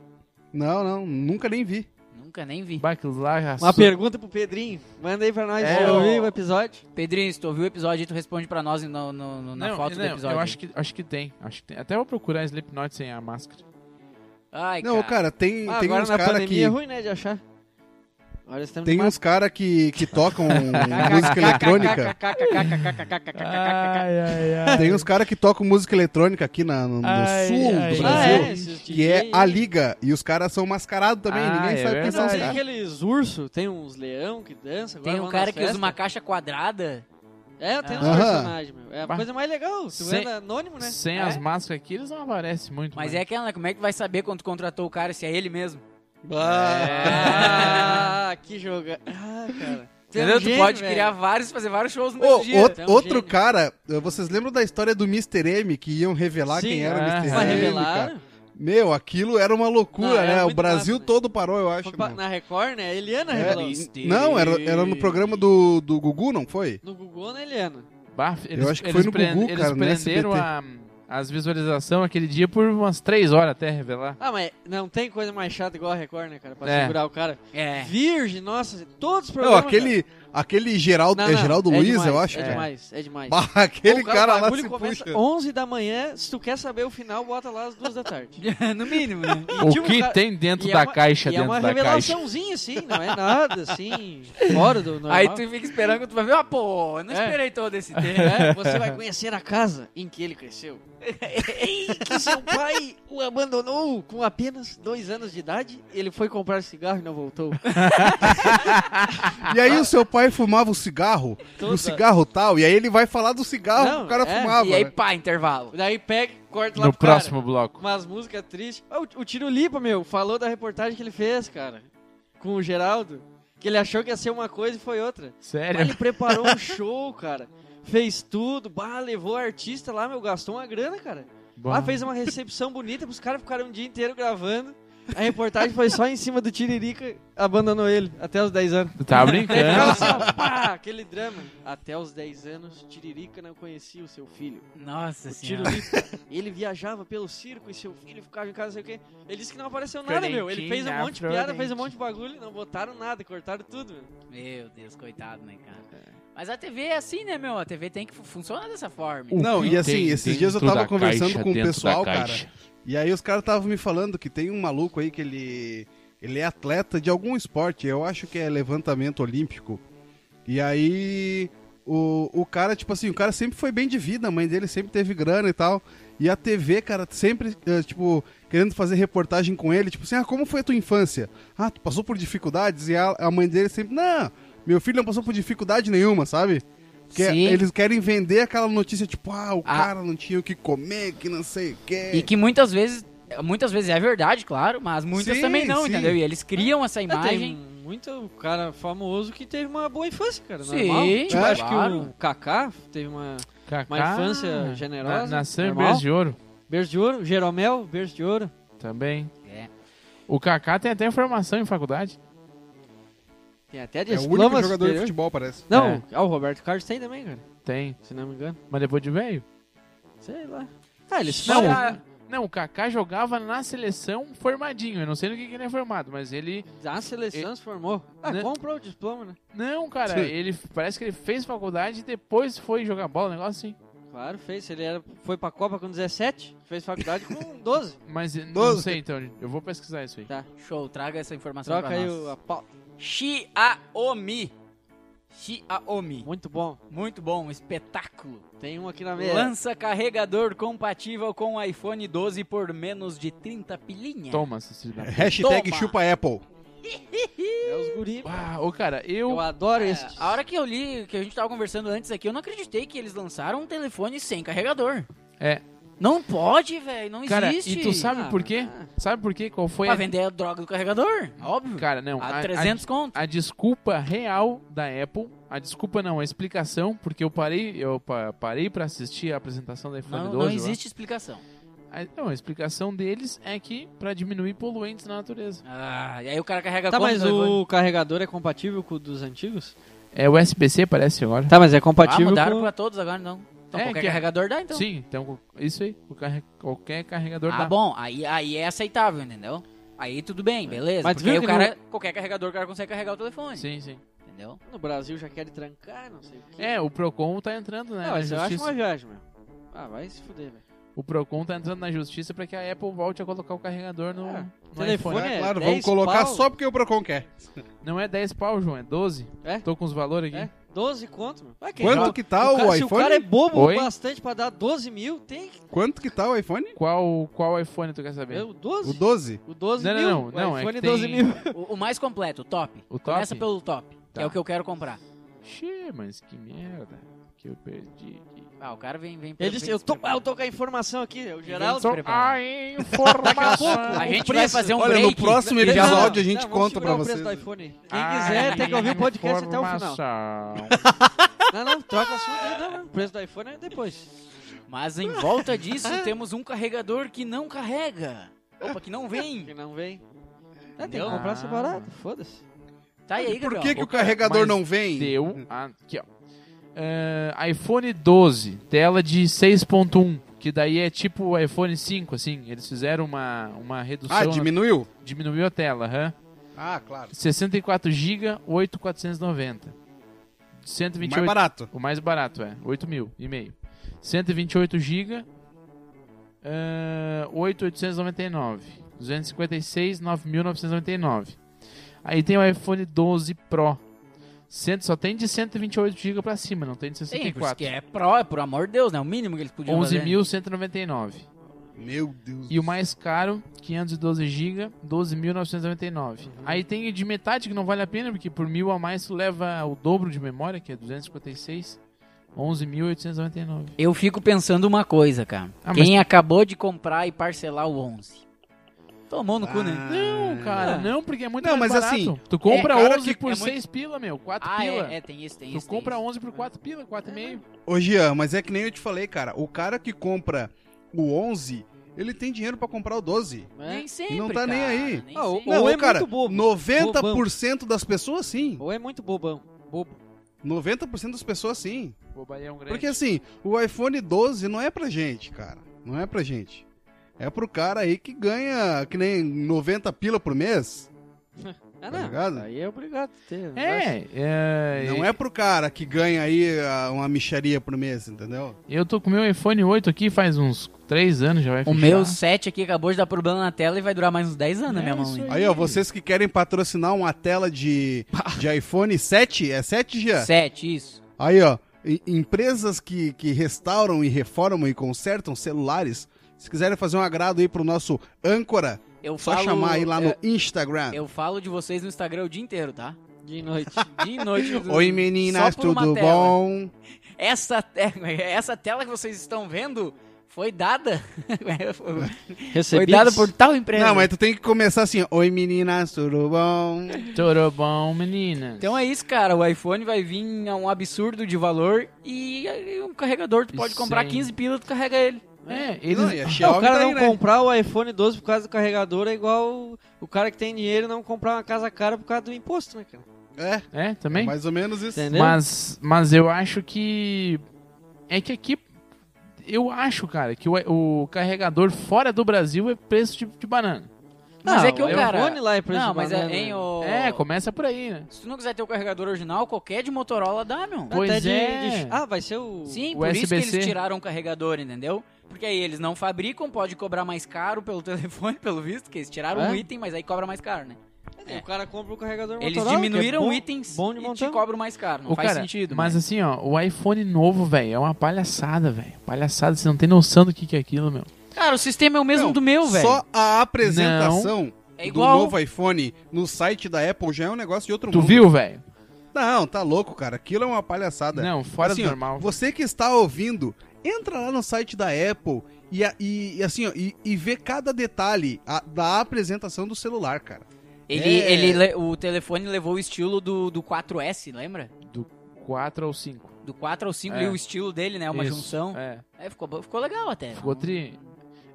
S4: Não, não, nunca nem vi.
S1: nunca nem vi.
S2: Bah, aquilo lá...
S3: Uma
S2: raçou.
S3: pergunta pro Pedrinho. Manda aí pra nós
S2: É,
S3: eu ouvir
S1: ó.
S3: o episódio.
S1: Pedrinho, se tu ouviu o episódio, tu responde pra nós no- no- no- na
S2: Não,
S1: foto
S2: não,
S1: do episódio.
S2: Eu acho que, acho que tem. Acho que tem. Até vou procurar Slipknot sem a máscara.
S1: Ai,
S4: não,
S1: cara.
S4: cara, tem,
S3: Ah,
S4: tem
S3: agora
S4: uns
S3: na
S4: caras
S3: pandemia
S4: que.
S3: é ruim, né, de achar. Agora estamos
S4: Tem
S3: demais.
S4: uns caras que, que tocam música eletrônica.
S2: Ai, ai, ai.
S4: Tem uns caras que tocam música eletrônica aqui na- no, no
S2: Ai,
S4: sul
S2: ai,
S4: do
S2: ai.
S3: Ah,
S4: Brasil.
S3: é, esses
S4: Que é
S3: DJ.
S4: a Liga. E os caras são mascarados também.
S2: Ah,
S4: Ninguém
S2: é
S4: sabe quem são os
S2: verdade.
S3: Tem
S4: caras.
S3: aqueles ursos, tem uns leão que dança. agora
S1: Tem um
S3: vão
S1: cara
S3: nas
S1: que usa
S3: festas.
S1: uma caixa quadrada.
S3: É, tem uns
S4: Aham.
S3: personagens, meu. É a
S2: Bah.
S3: coisa mais legal. Tu
S2: Sem-
S3: anda anônimo, né?
S2: Sem
S1: É?
S2: as máscaras aqui, eles não aparecem muito.
S1: Mas é
S2: mano.
S1: aquela, né? Como é que tu vai saber quando tu contratou o cara se é ele mesmo?
S3: Ah, que joga. Ah, cara. Tu é um
S1: Entendeu?
S3: gênio,
S1: tu pode
S3: velho.
S1: criar vários, fazer vários shows no
S4: Ô,
S1: mesmo dia.
S4: out-
S3: tem um
S4: outro
S3: gênio.
S4: cara, eh, vocês lembram da história do Mr. M que iam revelar
S3: Sim,
S4: quem era o
S2: ah,
S4: Mr.
S3: Mas
S4: M?
S3: revelaram.
S4: cara? Meu, aquilo era uma loucura,
S3: Não, era
S4: né? O
S3: muito
S4: Brasil
S3: massa, né?
S4: todo parou, eu acho.
S3: Foi pra-
S4: mano.
S3: na Record, né? A Eliana
S4: É,
S3: revelou.
S4: não, era, era no programa do, do Gugu, não foi?
S3: No Google, na Eliana.
S2: Bah, eles,
S4: acho que
S2: eles
S4: foi no
S2: prend-
S4: Gugu,
S2: Eles
S4: cara, no
S2: prenderam
S4: SBT.
S2: a- as visualizações aquele dia por umas 3 horas até revelar.
S3: Ah, mas não tem coisa mais chata igual a Record, né, cara? Pra
S2: É.
S3: segurar o cara.
S1: É.
S3: Virgem, nossa, todos os
S4: Não,
S3: programas.
S4: aquele, aquele Geraldo, é Geraldo Luiz,
S3: demais,
S4: eu acho.
S3: É
S4: cara.
S3: demais, é demais.
S4: Bah, aquele
S3: O
S4: cara,
S3: o
S4: lá
S3: bagulho
S4: se
S3: começa
S4: puxa.
S3: 11 da manhã, se tu quer saber o final, bota lá às 2 da tarde.
S1: no mínimo, né?
S2: O
S3: tipo,
S2: que
S3: cara-
S2: tem dentro
S3: e é
S2: da
S3: uma-
S2: caixa,
S3: E é uma
S2: dentro da caixa?
S3: revelaçãozinha, assim, não é nada, assim, fora do normal.
S1: Aí tu fica esperando que tu vai ver, ah, pô, eu não
S3: É.
S1: esperei todo esse tempo.
S3: É, você vai conhecer a casa em que ele cresceu. em que seu pai o abandonou com apenas dois anos de idade. Ele foi comprar cigarro e não voltou.
S4: E aí o seu pai fumava o cigarro,
S3: Toda-
S4: o cigarro tal, e aí ele vai falar do cigarro
S3: Não,
S4: que o cara
S3: é,
S4: fumava.
S1: E aí,
S4: né?
S1: pá, intervalo.
S3: Daí pega, corta lá
S2: No
S3: pro cara.
S2: próximo bloco.
S3: Umas músicas tristes. Ah, O, o Tiro Lipa, meu, falou da reportagem que ele fez, cara. Com o Geraldo. Que ele achou que ia ser uma coisa e foi outra. Bah,
S2: Sério?
S3: ele preparou um show, cara. Fez tudo, bah, levou o artista lá, meu, gastou uma grana, cara.
S2: Bom.
S3: Lá fez uma recepção bonita pros caras ficaram um dia inteiro gravando. A reportagem foi só em cima do Tiririca, abandonou ele até os 10 anos.
S2: Tá
S1: É.
S3: Daí ficava
S2: brincando?
S3: assim, ó, pá, aquele drama. Até os 10 anos, Tiririca não conhecia o seu filho.
S1: Nossa
S3: Tiro
S1: senhora.
S3: Lipa. Ele viajava pelo circo e seu filho ficava em casa, não sei o quê. Ele disse que não apareceu nada, meu. Ele fez um monte de piada, fez um monte de bagulho, não botaram nada, cortaram tudo, meu.
S1: Meu Deus, coitado, né, cara? Mas a TV é assim, né, meu? A TV tem que fu- funcionar dessa forma.
S2: O
S4: Não,
S2: que
S4: e assim,
S2: tem
S4: esses dias eu
S2: dentro
S4: tava
S2: da
S4: conversando
S2: caixa,
S4: com o
S2: dentro da
S4: pessoal, cara.
S2: caixa?
S4: E aí os caras estavam me falando que tem um maluco aí que ele ele é atleta de algum esporte, eu acho que é levantamento olímpico. E aí o, o cara, tipo assim, o cara sempre foi bem de vida, a mãe dele sempre teve grana e tal. E a TV, cara, sempre, eh, tipo, querendo fazer reportagem com ele, tipo assim, ah, como foi a tua infância? Ah, tu passou por dificuldades? E a, a mãe dele sempre, não, meu filho não passou por dificuldade nenhuma, sabe? Porque
S1: Sim.
S4: eles querem vender aquela notícia, tipo, ah, o
S1: Ah.
S4: cara não tinha o que comer, que não sei o quê.
S1: E que muitas vezes, muitas vezes é verdade, claro, mas muitas
S4: Sim,
S1: também não,
S4: sim.
S1: entendeu? E eles criam essa
S3: É, Tem
S1: imagem.
S3: muito cara famoso que teve uma boa infância, cara.
S1: Sim,
S3: normal. Tipo,
S1: é,
S3: acho
S1: claro.
S3: que o Kaká teve uma
S2: Cacá,
S3: Uma infância generosa,
S2: Na, nasceu em
S3: normal.
S2: berço de ouro
S3: berço de ouro, Jeromel, berço de ouro.
S2: também.
S1: É.
S2: O Kaká tem até formação em faculdade.
S3: Tem até
S4: É o único
S3: diplomas.
S4: jogador de
S3: superior.
S4: futebol, parece.
S3: Não, ah, o Roberto Carlos tem também, cara.
S2: Tem.
S3: Se não me engano.
S2: Mas depois de velho?
S3: Sei lá. Ah, eles
S2: Não,
S3: falam.
S2: a- não, o Kaká jogava na seleção formadinho. Eu não sei no que, que ele é formado, mas ele.
S3: A seleção se formou. Ah,
S2: Né?
S3: comprou o diploma, né?
S2: Não, cara,
S4: Sim.
S2: ele parece que ele fez faculdade e depois foi jogar bola, um negócio assim.
S3: Claro, fez. Ele era, foi pra Copa com 17, fez faculdade com 12.
S2: Mas eu não
S4: Doze.
S2: sei, então. Eu vou pesquisar isso aí.
S3: Tá.
S1: Show, traga essa informação
S3: Troca
S1: pra
S3: aí
S1: nós.
S3: o, a pau.
S1: Xiaomi. Xiaomi.
S3: Muito bom.
S1: Muito bom, um espetáculo.
S3: Tem um aqui na mesa.
S1: Lança carregador compatível com o iPhone 12 por menos de 30 pilinha.
S2: Toma, seu filho da
S4: É.
S2: puta.
S4: Hashtag
S1: Toma.
S4: chupa Apple.
S3: É os guri.
S2: Ah, ô, cara, eu.
S3: Eu adoro
S1: É,
S3: esse.
S1: a hora que eu li, que a gente tava conversando antes aqui, eu não acreditei que eles lançaram um telefone sem carregador.
S2: É.
S1: Não pode, velho, não
S2: Cara,
S1: existe.
S2: e tu sabe
S3: Ah,
S2: por quê? Sabe por quê? Qual foi
S1: Pra
S2: a.
S1: vender a droga do carregador, óbvio.
S2: Cara, não.
S1: Ah, a 300 conto.
S2: a desculpa real da Apple, a desculpa não, a explicação, porque eu parei, eu pa- parei para assistir a apresentação da iPhone
S1: Não,
S2: 12.
S1: não
S2: lá.
S1: existe explicação.
S2: A, não, a explicação deles é que para diminuir poluentes na natureza.
S1: Ah, e aí o cara carrega
S3: Tá,
S1: como
S3: mas
S1: no iPhone?
S3: o carregador é compatível com o dos antigos?
S2: É USB-C parece agora.
S3: Tá, mas é
S1: Ah,
S3: compatível
S1: mudaram
S3: com...
S1: pra todos agora, não. Então
S2: É,
S1: qualquer
S2: que-
S1: carregador dá, então.
S2: Sim, então isso aí, o carre- qualquer carregador
S1: Ah,
S2: dá.
S1: bom, aí, aí é aceitável, entendeu? Aí tudo
S2: É.
S1: bem, beleza.
S3: Mas
S1: porque
S3: viu
S1: aí o
S3: que
S1: cara, qualquer carregador, o cara consegue carregar o telefone.
S2: Sim, sim.
S1: Entendeu?
S3: No Brasil já querem trancar, não sei o quê.
S2: É, o Procon tá entrando, né?
S3: não,
S2: na
S3: mas eu acho
S2: justiça.
S3: uma viagem, meu. Ah, vai se fuder, velho.
S2: O Procon tá entrando na justiça pra que a Apple volte a colocar o carregador no,
S3: Ah,
S2: no
S3: telefone
S2: iPhone.
S3: é
S4: Né? claro,
S3: 10
S4: vamos colocar
S3: pau.
S4: só porque o Procon quer.
S2: Não é 10 pau, João, é 12.
S3: É?
S2: Tô com os valores aqui.
S3: É, 12 conto, mano. Vai, quem
S4: Quanto
S3: joga?
S4: que tá
S3: o
S4: o,
S3: cara, Se o
S4: iPhone?
S3: cara é bobo
S2: Oi?
S3: bastante pra dar 12 mil, tem que...
S4: Quanto que tá o iPhone?
S2: Qual, qual iPhone tu quer saber?
S3: É o 12?
S4: O 12?
S3: O 12
S2: Não, não,
S3: mil.
S2: não,
S3: o
S2: não, é
S3: iPhone
S2: que tem-
S3: 12 mil.
S1: O, o mais completo, o top.
S2: O top?
S1: Começa pelo top. que
S2: Tá.
S1: É o que eu quero comprar.
S2: Xê, mas que merda que eu perdi aqui.
S1: Ah, o cara vem... vem
S3: Ele disse, eu tô, ah, eu
S1: alto.
S3: tô com a informação aqui, é o Geraldo.
S2: um
S1: Tô-
S2: a
S1: A
S2: informação.
S1: gente
S3: preço.
S1: vai fazer um
S4: Olha,
S1: break.
S4: no próximo
S1: Ele já
S2: um
S4: episódio
S1: volta.
S4: a gente
S3: vamos
S4: conta
S3: segurar
S4: pra
S3: o preço
S4: vocês.
S3: do iPhone.
S2: Ah,
S3: Quem quiser tem que ouvir o podcast até o final. Não, não, troca assunto aí, não, não. O preço do iPhone é depois.
S1: Mas em volta disso, temos um carregador que não carrega. Opa, que não
S3: Que
S1: vem.
S3: não vem. É, tem que
S1: Entendeu?
S3: comprar
S2: Ah.
S3: separado, foda-se.
S1: Tá aí, Gabriel.
S4: Por que, que o
S2: Ô, cara,
S4: carregador
S2: mas
S4: não vem?
S2: Deu aqui, ó. Eh, iPhone 12, tela de 6.1, que daí é tipo o iPhone 5, assim. Eles fizeram uma, uma redução, né?
S4: Ah, diminuiu?
S2: diminuiu a tela, aham.
S4: Ah, claro.
S2: 64 GB, 8,490. 128
S4: Mais barato.
S2: O mais barato é, 8 mil e meio. 128 GB, ah, 8,899. 256, 9.999. Aí tem o iPhone 12 Pro. Cento, só tem de 128 GB pra cima, não tem de
S1: Sim, por isso que
S2: 64.
S1: é pro, é por amor de Deus, né? O mínimo que eles podiam fazer.
S2: 11.199.
S4: Meu Deus.
S2: E o mais caro, 512 GB, 12.999.
S1: Uhum.
S2: Aí tem o de metade que não vale a pena, porque por mil a mais tu leva o dobro de memória, que é 256, 11.899.
S1: Eu fico pensando uma coisa, cara.
S2: Ah,
S1: Quem acabou de comprar e parcelar o 11? Tomou no cu,
S4: Ah.
S2: é,
S1: né?
S2: Não, cara,
S1: Ah.
S2: não, porque é muito
S4: Não,
S2: mais
S4: mas
S2: barato.
S4: assim,
S2: tu compra
S4: cara
S2: 11
S4: que-
S2: por
S1: é
S2: 6 pila, meu, 4
S1: Ah,
S2: pila.
S1: é, é, tem isso, tem
S2: tu
S1: isso. tem
S2: compra
S1: isso. É.
S2: 11 por 4 pila, 4,5.
S4: Ô, Jean, mas é que nem eu te falei, cara. O cara que compra o 11, ele tem dinheiro pra comprar o 12.
S3: Né?
S1: Nem sempre,
S4: Não tá nem
S1: cara,
S4: aí.
S1: nem
S3: Ah, o-
S1: sempre.
S3: Não,
S4: ô,
S3: é
S4: cara,
S3: muito bobo.
S4: 90% das pessoas sim.
S3: Ou é muito bobão. Bobo.
S4: 90% das pessoas sim.
S1: é
S2: Bobalhão
S1: um
S2: grande.
S4: Porque assim, o iPhone 12 não é pra gente, cara. Não é pra gente. É pro cara aí que ganha que nem 90 pila por mês.
S3: Ah,
S4: Tá
S3: não.
S4: ligado?
S3: Aí é obrigado a ter.
S2: É, é,
S4: Não é pro cara que ganha aí ah, uma micharia por mês, entendeu?
S2: Eu tô com meu iPhone 8 aqui faz uns 3 anos, já vai
S1: O meu 7 aqui acabou de dar problema na tela e vai durar mais uns 10 anos na
S2: É
S1: minha mão.
S2: isso
S1: ainda.
S4: Aí, ó, vocês que querem patrocinar uma tela de, de iPhone 7, é 7 já?
S1: 7, isso.
S4: Aí, ó, em- empresas que, que restauram e reformam e consertam celulares, se quiserem fazer um agrado aí pro nosso âncora,
S1: Eu
S4: só
S1: falo,
S4: chamar aí lá no
S1: eu,
S4: Instagram.
S1: eu falo de vocês no Instagram o dia inteiro, tá?
S3: De noite.
S1: De noite. eu-
S4: Oi meninas,
S1: só por uma
S4: tudo
S1: tela.
S4: bom?
S1: Essa, te- essa tela que vocês estão vendo foi dada. foi
S3: Recebido.
S1: dada por tal empresa.
S4: Não, mas tu tem que começar assim, ó, oi meninas, tudo bom?
S2: Tudo bom, menina?
S1: Então é isso, cara. O iPhone vai vir a um absurdo de valor e aí um carregador, tu
S2: E
S1: pode comprar
S2: sem-
S1: 15 pila, tu carrega ele.
S2: É, eles...
S4: Não, e a
S3: Não, o
S4: Xiaomi
S3: cara
S4: tá aí,
S3: não
S4: né?
S3: comprar o iPhone 12 por causa do carregador é igual o- o cara que tem dinheiro não comprar uma casa cara por causa do imposto, né, cara?
S4: É,
S2: É, também?
S4: mais ou menos isso.
S3: Entendeu?
S2: Mas, mas eu acho que. É que aqui. Eu acho, cara, que o, o carregador fora do Brasil é preço de, de banana.
S1: Mas
S3: Ah,
S1: é que
S4: um
S1: o cara-
S3: iPhone lá é preço
S1: não,
S3: de
S1: mas
S3: banana.
S1: é,
S4: né?
S1: hein, ô-
S2: É, começa por aí, né?
S1: Se tu não quiser ter o carregador original, qualquer de Motorola dá, meu.
S3: Até
S2: Pois
S3: de-
S2: é.
S3: de- Ah, vai ser o...
S1: Sim,
S2: O
S1: por isso que
S2: USB-C.
S1: eles tiraram o carregador, entendeu? Porque aí eles não fabricam, pode cobrar mais caro pelo telefone, pelo visto, que eles tiraram
S3: É?
S1: um item, mas aí cobra mais caro, né?
S3: O cara compra o carregador
S1: Eles
S3: Motorola, que é
S1: diminuíram
S3: bom-
S1: itens
S3: bom de
S1: e te
S3: montar.
S1: cobram mais caro. Não
S2: O
S1: faz
S2: cara,
S1: sentido. né?
S2: mas assim, ó, o iPhone novo, velho, é uma palhaçada, velho. Palhaçada, você não tem noção do que, que é aquilo, meu.
S1: Cara, o sistema é o mesmo
S4: Não,
S1: do meu, velho.
S4: Só a apresentação
S1: É
S4: do
S1: igual.
S4: novo iPhone no site da Apple já é um negócio de outro
S2: Tu
S4: mundo.
S2: viu, velho?
S4: Não, tá louco, cara. Aquilo é uma palhaçada.
S2: Não, fora
S4: Assim,
S2: do
S4: ó,
S2: normal.
S4: Você que está ouvindo, entra lá no site da Apple e, a- e- e assim, ó, e, e vê cada detalhe a- da apresentação do celular, cara.
S1: Ele,
S4: É.
S1: ele, le- o telefone levou o estilo do, do 4S, lembra?
S2: Do 4 ao 5.
S1: Do 4 ao 5
S2: É.
S1: e o estilo dele, né? Uma
S2: Isso,
S1: junção.
S2: É.
S1: É, ficou, bo- ficou legal até.
S2: Ficou tri.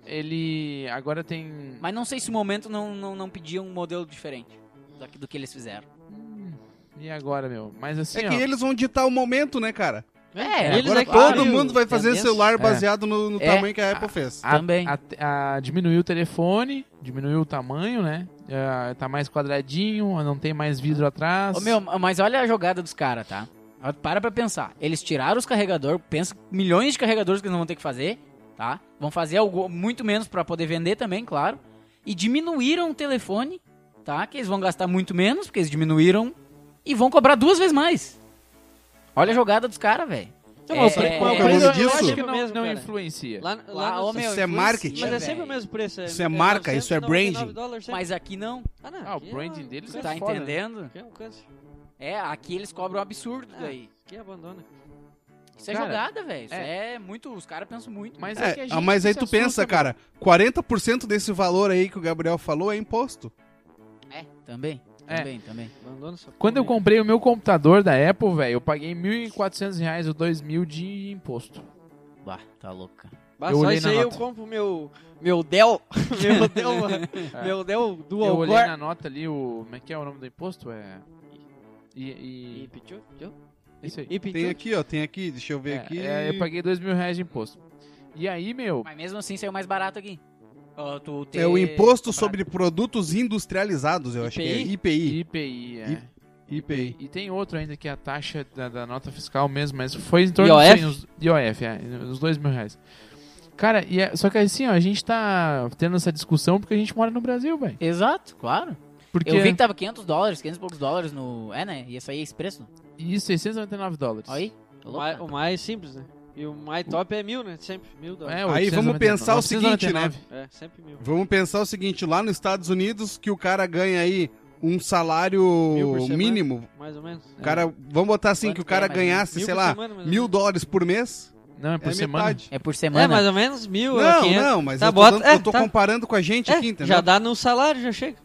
S2: Ele agora tem.
S1: Mas não sei se o momento não, não, não pedia um modelo diferente do que, do que eles fizeram.
S2: Hum, E agora, meu? Mas assim,
S4: é
S2: ó.
S4: que eles vão ditar o momento, né, cara?
S1: É,
S3: Eles
S4: Agora
S3: é que
S4: todo
S3: abrem o-
S4: mundo vai fazer
S3: tendência.
S4: celular baseado no, no
S1: É.
S4: tamanho que a Apple fez.
S2: A-
S1: Também.
S2: a- a- diminuiu o telefone, diminuiu o tamanho, né? Ah, tá mais quadradinho, não tem mais vidro atrás.
S1: Ô, meu, mas olha a jogada dos caras, tá? Para pra pensar. Eles tiraram os carregadores, pensa milhões de carregadores que eles não vão ter que fazer. tá? Vão fazer algo, muito menos para poder vender também, claro. E diminuíram o telefone, tá? Que eles vão gastar muito menos, porque eles diminuíram e vão cobrar duas vezes mais. Olha a jogada dos caras, velho.
S3: Não, mas
S1: É,
S3: o pre-
S1: é,
S3: mas
S1: é,
S3: o
S4: é o
S3: preço
S4: nome
S2: eu
S4: disso?
S2: acho que
S3: sempre o
S2: não,
S3: mesmo,
S2: não
S3: cara.
S2: influencia.
S3: Lá, lá
S1: Lá,
S3: no-
S1: Ah, ô, meu,
S4: Isso é
S1: influencia,
S4: marketing.
S3: Mas é
S1: velho.
S3: sempre o mesmo preço.
S4: Isso é marca, isso é
S3: 999
S4: branding.
S3: dólares sempre.
S1: Mas aqui não,
S3: Ah, não,
S2: Ah, o
S3: aqui
S2: branding deles
S3: é
S2: é
S1: tá
S2: foda, né?
S1: entendendo?
S3: Que é um câncer.
S1: É, aqui eles cobram um absurdo
S3: Ah,
S1: daí.
S3: Que abandona.
S1: Isso é
S2: Cara,
S1: jogada, velho. Isso é muito. Os caras pensam muito.
S2: Mas, é,
S4: É,
S2: que a
S4: ah,
S2: gente
S4: mas aí
S2: se
S4: tu
S2: assusta,
S4: pensa,
S2: mano.
S4: cara, 40% desse valor aí que o Gabriel falou é imposto.
S1: É, também.
S2: É.
S1: Também, também.
S3: Abandona essa
S2: Quando eu
S3: porra aí.
S2: comprei o meu computador da Apple, velho, eu paguei 1.400 reais ou 2.000 de imposto.
S1: Bah, tá louca.
S3: Bah,
S2: eu
S3: só
S2: olhei
S3: isso
S2: na
S3: aí eu
S2: nota.
S3: compro meu. Meu Dell. meu Dell. Meu Dell
S2: É. Eu
S3: Dual
S2: olhei
S3: Core.
S2: na nota ali o... Como é que é o nome do imposto? É... E... e...
S3: Ipichu, tchu,
S2: Isso aí.
S3: ipichu.
S4: Tem aqui, ó, tem aqui, deixa eu ver
S2: É,
S4: aqui.
S2: é, eu paguei 2 mil reais de imposto. E aí, meu...
S1: Mas mesmo assim saiu mais barato aqui. Ó, tu
S4: É o
S1: ter-
S4: imposto
S1: comprar-
S4: sobre produtos industrializados, eu acho que é
S3: IPI?
S4: IPI.
S2: IPI, é.
S4: I- IPI.
S2: E tem outro ainda que é a taxa da, da nota fiscal mesmo, mas foi em torno
S3: IOF?
S2: de uns, IOF, é, uns dois mil reais. Cara, e é- só que assim, ó, a gente tá tendo essa discussão porque a gente mora no Brasil, velho.
S1: Exato, claro.
S2: Porque é.
S1: Eu vi que tava 500 dólares, 500 e poucos dólares no. É, né? Ia sair esse preço.
S2: e 699 dólares.
S1: Olha aí.
S3: O
S1: Tá
S3: mais,
S1: louca.
S3: o mais simples, né? E o mais top é mil, né? Sempre mil dólares.
S2: É,
S4: Aí vamos
S2: 899,
S4: pensar o seguinte, né?
S2: 999.
S3: É, sempre mil.
S4: Vamos pensar o seguinte, lá nos Estados Unidos que o cara ganha aí um salário
S3: Mil por semana.
S4: mínimo.
S3: Mais ou menos. É.
S4: O cara, vamos botar assim,
S1: Quanto
S4: que o cara
S1: que é, mais ou
S4: ganhasse,
S3: Mil
S4: sei
S3: por
S4: lá,
S3: semana, mais ou
S4: mil
S3: menos.
S4: dólares por mês,
S2: Não, é por
S4: é
S2: semana.
S4: metade.
S1: É por
S3: É,
S1: semana.
S3: mais ou menos mil. é
S4: Não,
S3: 500.
S4: não, mas
S3: Tá,
S4: eu tô,
S3: bota-
S4: dando-
S3: é,
S4: eu tô
S3: tá.
S4: comparando com a gente aqui,
S3: É,
S4: entendeu?
S3: já dá num salário, já chega.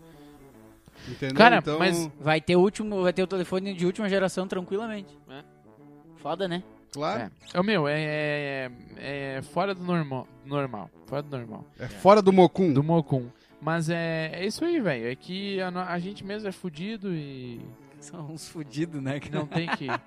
S4: Entendeu?
S2: Cara,
S4: então,
S2: mas-
S1: Vai ter o último, vai ter o telefone de última geração tranquilamente.
S3: É.
S1: Foda, né?
S4: Claro,
S2: É. Ô, meu, é, é, é fora do normal, normal. Fora do normal.
S4: é, fora do Mocum.
S2: Do Mocum. Mas é, é isso aí, velho. É que a, no- a gente mesmo é fudido e
S1: São uns fudidos, né?
S2: não tem que...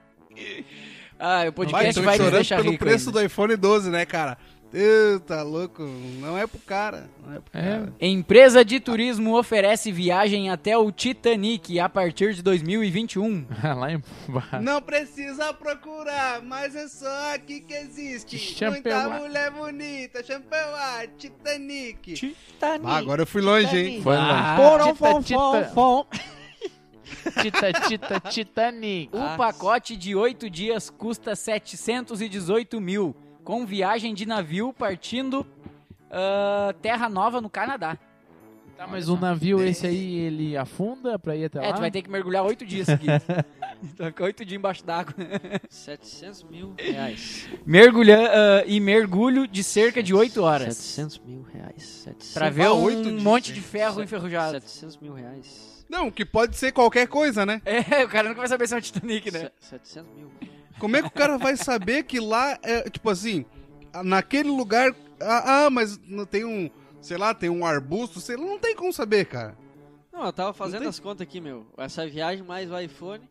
S1: Ah, o
S4: Vai,
S1: podcast
S4: tô
S1: vai, nos
S4: chorando
S1: deixar
S4: pelo
S1: rico
S4: preço
S1: ainda.
S4: do iPhone 12, né, cara? Eu, tá louco, não é pro cara, não é pro
S2: É.
S4: cara.
S1: Empresa de turismo oferece viagem até o Titanic a partir de 2021.
S2: Lá em...
S1: tá.
S4: Não precisa procurar, mas é só aqui que existe.
S2: Champeão.
S4: Muita mulher bonita, champion, Titanic.
S3: Titanic.
S4: Ah, agora eu fui longe, hein?
S2: Foi
S1: Ah,
S3: Porão, fom,
S2: tita,
S3: fom, fom.
S2: tita, tita, Titanic.
S1: O
S3: Ah,
S1: pacote de 8 dias custa 718 mil, com viagem de navio partindo ah, Terra Nova no Canadá.
S2: Tá, mas o navio esse aí, ele afunda pra ir até lá?
S1: É, tu vai ter que mergulhar 8 dias seguidos. tu vai ficar 8 dias embaixo d'água. né?
S3: 700 mil reais.
S1: Mergulha, ah, e mergulho de cerca de 8 horas.
S3: 700 mil reais. 700,
S1: Pra
S4: Sim,
S1: ver
S4: ah,
S1: um
S4: oito dias,
S1: monte
S4: hein?
S1: de ferro enferrujado.
S3: 700 mil reais.
S4: Não, que pode ser qualquer coisa, né?
S1: É, o cara nunca vai saber se é um Titanic, né?
S3: Se- 700 mil.
S4: Como é que o cara vai saber que lá é, tipo assim, naquele lugar. Ah, ah, mas não tem um. Sei lá, tem um arbusto, sei lá, não tem como saber, cara.
S3: Não, eu tava fazendo
S4: tem-
S3: as contas aqui, meu. Essa viagem mais o iPhone.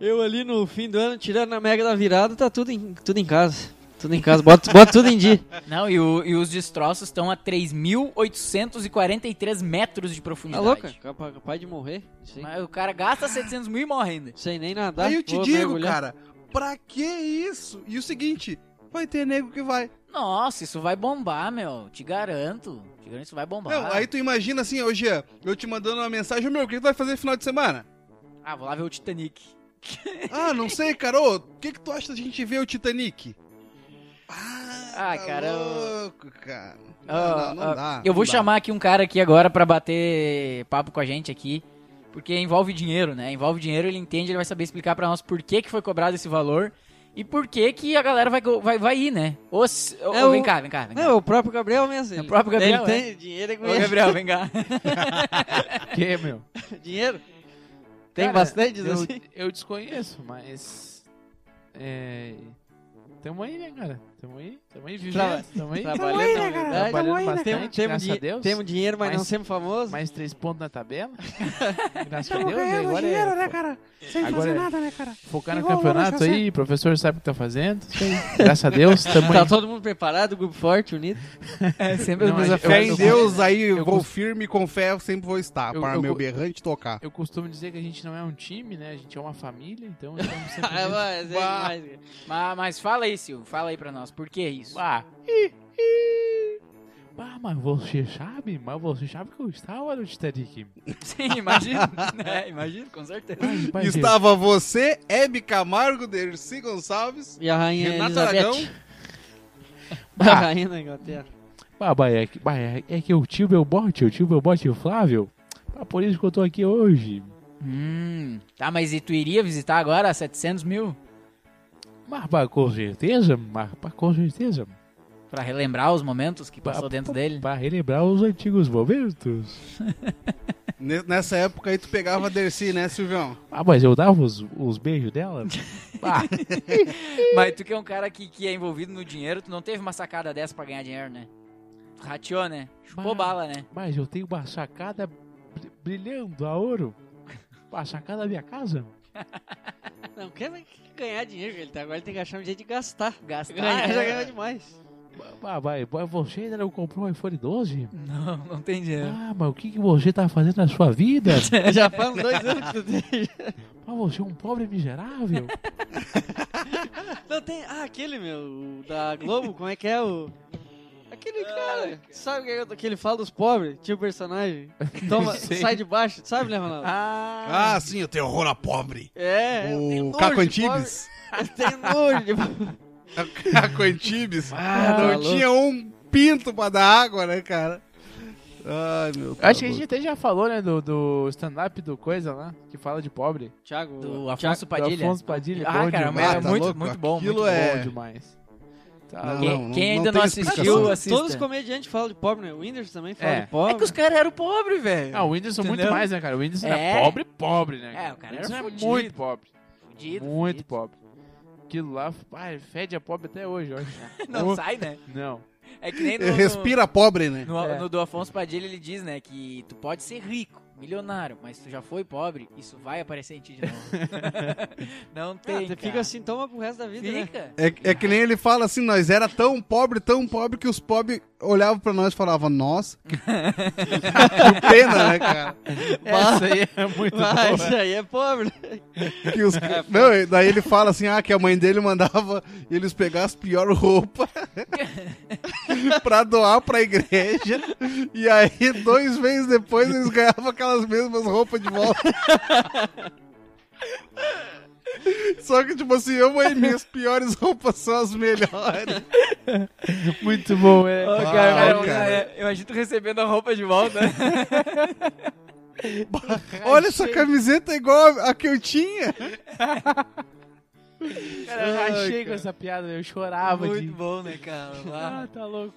S3: Eu ali no fim do ano, tirando a mega da virada, tá tudo em, tudo em casa. Tudo em casa. Bota, bota tudo em dia.
S1: Não, e, o- e os destroços estão a 3.843 metros de
S3: Tá
S1: profundidade.
S3: louca? Capa- Capaz de morrer. Sem,
S1: Mas o cara gasta 700 mil e morre ainda.
S3: sem nem nadar.
S4: Aí eu te
S3: Vou
S4: digo,
S3: mergulhar.
S4: cara, pra que isso? E o seguinte, vai ter nego que vai.
S1: Nossa, isso vai bombar, meu. Te garanto. Te garanto, isso vai bombar.
S4: Não, aí tu imagina assim, ô Jean, eu te mandando uma mensagem, meu, o que tu vai fazer no final de semana?
S1: Ah, vou lá ver o Titanic.
S4: Ah, não sei, cara. Ô, o que, que tu acha da gente ver o Titanic? Ah,
S1: Ai,
S4: tá
S1: cara, eu-
S4: louco, cara. Não,
S1: Ah,
S4: não, não
S1: ah,
S4: dá,
S1: eu
S4: não
S1: vou
S4: dá.
S1: chamar aqui um cara aqui agora pra bater papo com a gente aqui. Porque envolve dinheiro, né? Envolve dinheiro, ele entende, ele vai saber explicar pra nós por que, que foi cobrado esse valor e por que, que a galera vai, go- vai, vai ir, né? Ou se- ou-
S3: É, o-
S1: Vem cá, vem cá. Vem cá.
S3: Não, é o próprio Gabriel mesmo.
S1: É o
S3: ele-
S1: próprio Gabriel,
S3: Ele tem dinheiro é com
S1: Ô,
S3: ele.
S1: Gabriel, vem cá.
S2: que, meu?
S3: Dinheiro? Tem
S2: Cara,
S3: bastante
S2: Eu,
S3: assim?
S2: eu desconheço, mas... É... Tamo aí, né, cara? Tamo aí, tamo aí,
S3: Traba-
S2: vivendo, tamo aí.
S3: Trabalhando, Tá na verdade. um
S2: Trabalhando bastante,
S3: Temos, temos,
S2: graças
S3: di
S2: a Deus.
S3: temos dinheiro, mas,
S2: Mas-
S3: não sempre famoso.
S2: Mais três pontos na tabela. Graças a Deus. né? Agora é... né, cara? Sem fazer nada, né, cara? Focar no campeonato
S3: assim.
S2: aí, professor sabe o que tá fazendo. isso aí. Graças a Deus, tamo
S3: Tá
S2: aí.
S3: todo mundo preparado, grupo forte, unido.
S1: É sempre
S2: Não,
S1: o mesmo
S2: eu-
S4: Fé em
S2: eu-
S4: Deus, aí eu vou
S2: cons-
S4: firme e com fé eu sempre vou estar,
S2: Eu-
S4: para
S2: eu-
S4: meu berrante tocar.
S2: Eu costumo dizer que a gente não é um time, né? A gente é uma família, então estamos sempre
S3: Ah,
S2: juntos.
S3: mas é
S4: Bah.
S3: demais, cara.
S1: Mas, mas fala aí, Silvio, fala aí pra nós, por que isso?
S2: Ah, Bah, mas você sabe? Mas você sabe que eu estava no Titanic.
S1: Sim, imagino. né? Imagino, com certeza.
S2: Mas, mas eu-
S4: Estava você, Hebe Camargo, Dercy Gonçalves.
S3: E a rainha
S4: Renata
S3: Elizabeth.
S4: Aragão. Ah.
S3: A rainha da Inglaterra.
S2: Bah, bah, é, que, bah, é, é que eu tive meu bote, eu tive meu bote inflável. Ah, por isso que eu tô aqui hoje.
S1: Hum, tá, mas e tu iria visitar agora 700 mil?
S2: Mas, bah, com certeza, mas, bah, com certeza.
S1: Pra relembrar os momentos que passou
S2: Bah,
S1: dentro
S2: bah,
S1: dele?
S2: Bah, relembrar os antigos momentos.
S4: Ne- Nessa época aí tu pegava a Dercy, né, Silvão?
S2: Ah, mas eu dava os, os beijos dela. Ah, Bah,
S1: Mas tu que é um cara que, que é envolvido no dinheiro, tu não teve uma sacada dessa pra ganhar dinheiro, né? Tu Rateou, né? Chupou
S2: Bah.
S1: bala, né?
S2: mas eu tenho uma sacada br- brilhando a ouro. A sacada da minha casa?
S3: Não quer ganhar dinheiro, ele tá agora ele tem que achar um jeito de gastar. é.
S1: Gastar.
S3: Ganhar já ganhou
S1: né?
S3: demais.
S2: Bah, bah, Ah, mas você ainda não comprou um iPhone 12?
S1: Não, não tem dinheiro.
S2: Ah, mas o que, que você tá fazendo na sua vida?
S3: Já faz uns dois anos que tu tem.
S2: Ah, você é um pobre miserável?
S3: Não tem. Ah, aquele meu, o da Globo, como é que é o. Aquele cara, sabe o que, é que ele fala dos pobres? Tinha o personagem. Toma,
S2: Sei.
S3: sai de baixo, sabe, né, Ronaldo?
S2: Ah,
S4: Ah, sim, eu tenho horror a pobre.
S3: É, eu tenho
S4: O
S3: nojo
S4: Caco
S3: de
S4: Antibes.
S3: pobre. Eu tenho nojo de pobre.
S4: Caco Antibes.
S3: Ah,
S4: não
S3: tá louco.
S4: tinha um pinto pra dar água, né, cara? Ai, meu Deus.
S2: Acho que a gente até já falou, né, do, do stand-up do coisa lá, que fala de pobre.
S3: Thiago,
S1: Ah, Do Afonso
S2: Do
S1: Padilha.
S2: Afonso Padilha.
S1: Ah,
S2: bom
S1: cara,
S2: demais.
S1: mas é
S4: tá
S1: muito,
S4: louco?
S1: muito bom.
S4: Aquilo
S1: muito bom.
S4: é-
S2: bom demais. Tá
S4: Não,
S2: louco.
S1: Quem, quem ainda não,
S4: tem
S1: assistiu,
S4: explicação.
S1: assista.
S3: Ah, todos os comediantes falam de pobre, né? O Whindersson também fala
S2: É.
S3: de pobre.
S1: É que os caras eram pobres, velho.
S2: Ah, o Whindersson muito
S1: Entendeu?
S2: mais, né, cara? O Whindersson
S1: É.
S2: era pobre, pobre, né?
S1: É, o cara era
S2: Whindersson
S1: fudido.
S2: muito pobre.
S1: Fudido,
S2: muito
S1: fudido.
S2: pobre. Aquilo lá, ai, fede a pobre até hoje, olha.
S1: Não sai, né?
S2: Não.
S1: É que
S3: né?
S1: nem no, no-
S4: Respira pobre, né?
S1: No,
S2: É.
S1: no do Afonso Padilha ele diz, né, que tu pode ser rico, milionário, mas tu já foi pobre, isso vai aparecer em ti de novo. não tem.
S3: Ah, você
S1: cara.
S3: fica assim, toma pro resto da vida, né?
S1: Fica.
S4: É, é que nem ele fala assim, nós era tão pobre, tão pobre, que os pobres olhavam pra nós e falavam, nossa, que, que pena, né, cara?
S2: Essa aí é muito
S3: Mas
S2: boa.
S3: isso aí é pobre.
S4: Que
S3: É,
S4: os- Não, e daí ele fala assim, ah, que a mãe dele mandava eles pegar as piores roupas pra doar pra igreja, e aí dois meses depois eles ganhavam aquelas mesmas roupas de volta. Só que, tipo assim, eu, mãe, minhas piores roupas são as melhores.
S2: Muito bom, é.
S1: Ô,
S4: cara,
S1: cara,
S4: ô, cara.
S1: Eu imagino tu recebendo a roupa de volta.
S4: Olha, essa camiseta é igual a que eu tinha.
S2: Cara, eu rachei com essa piada, eu chorava de...
S1: Muito bom, né, cara?
S2: Ah, tá louco.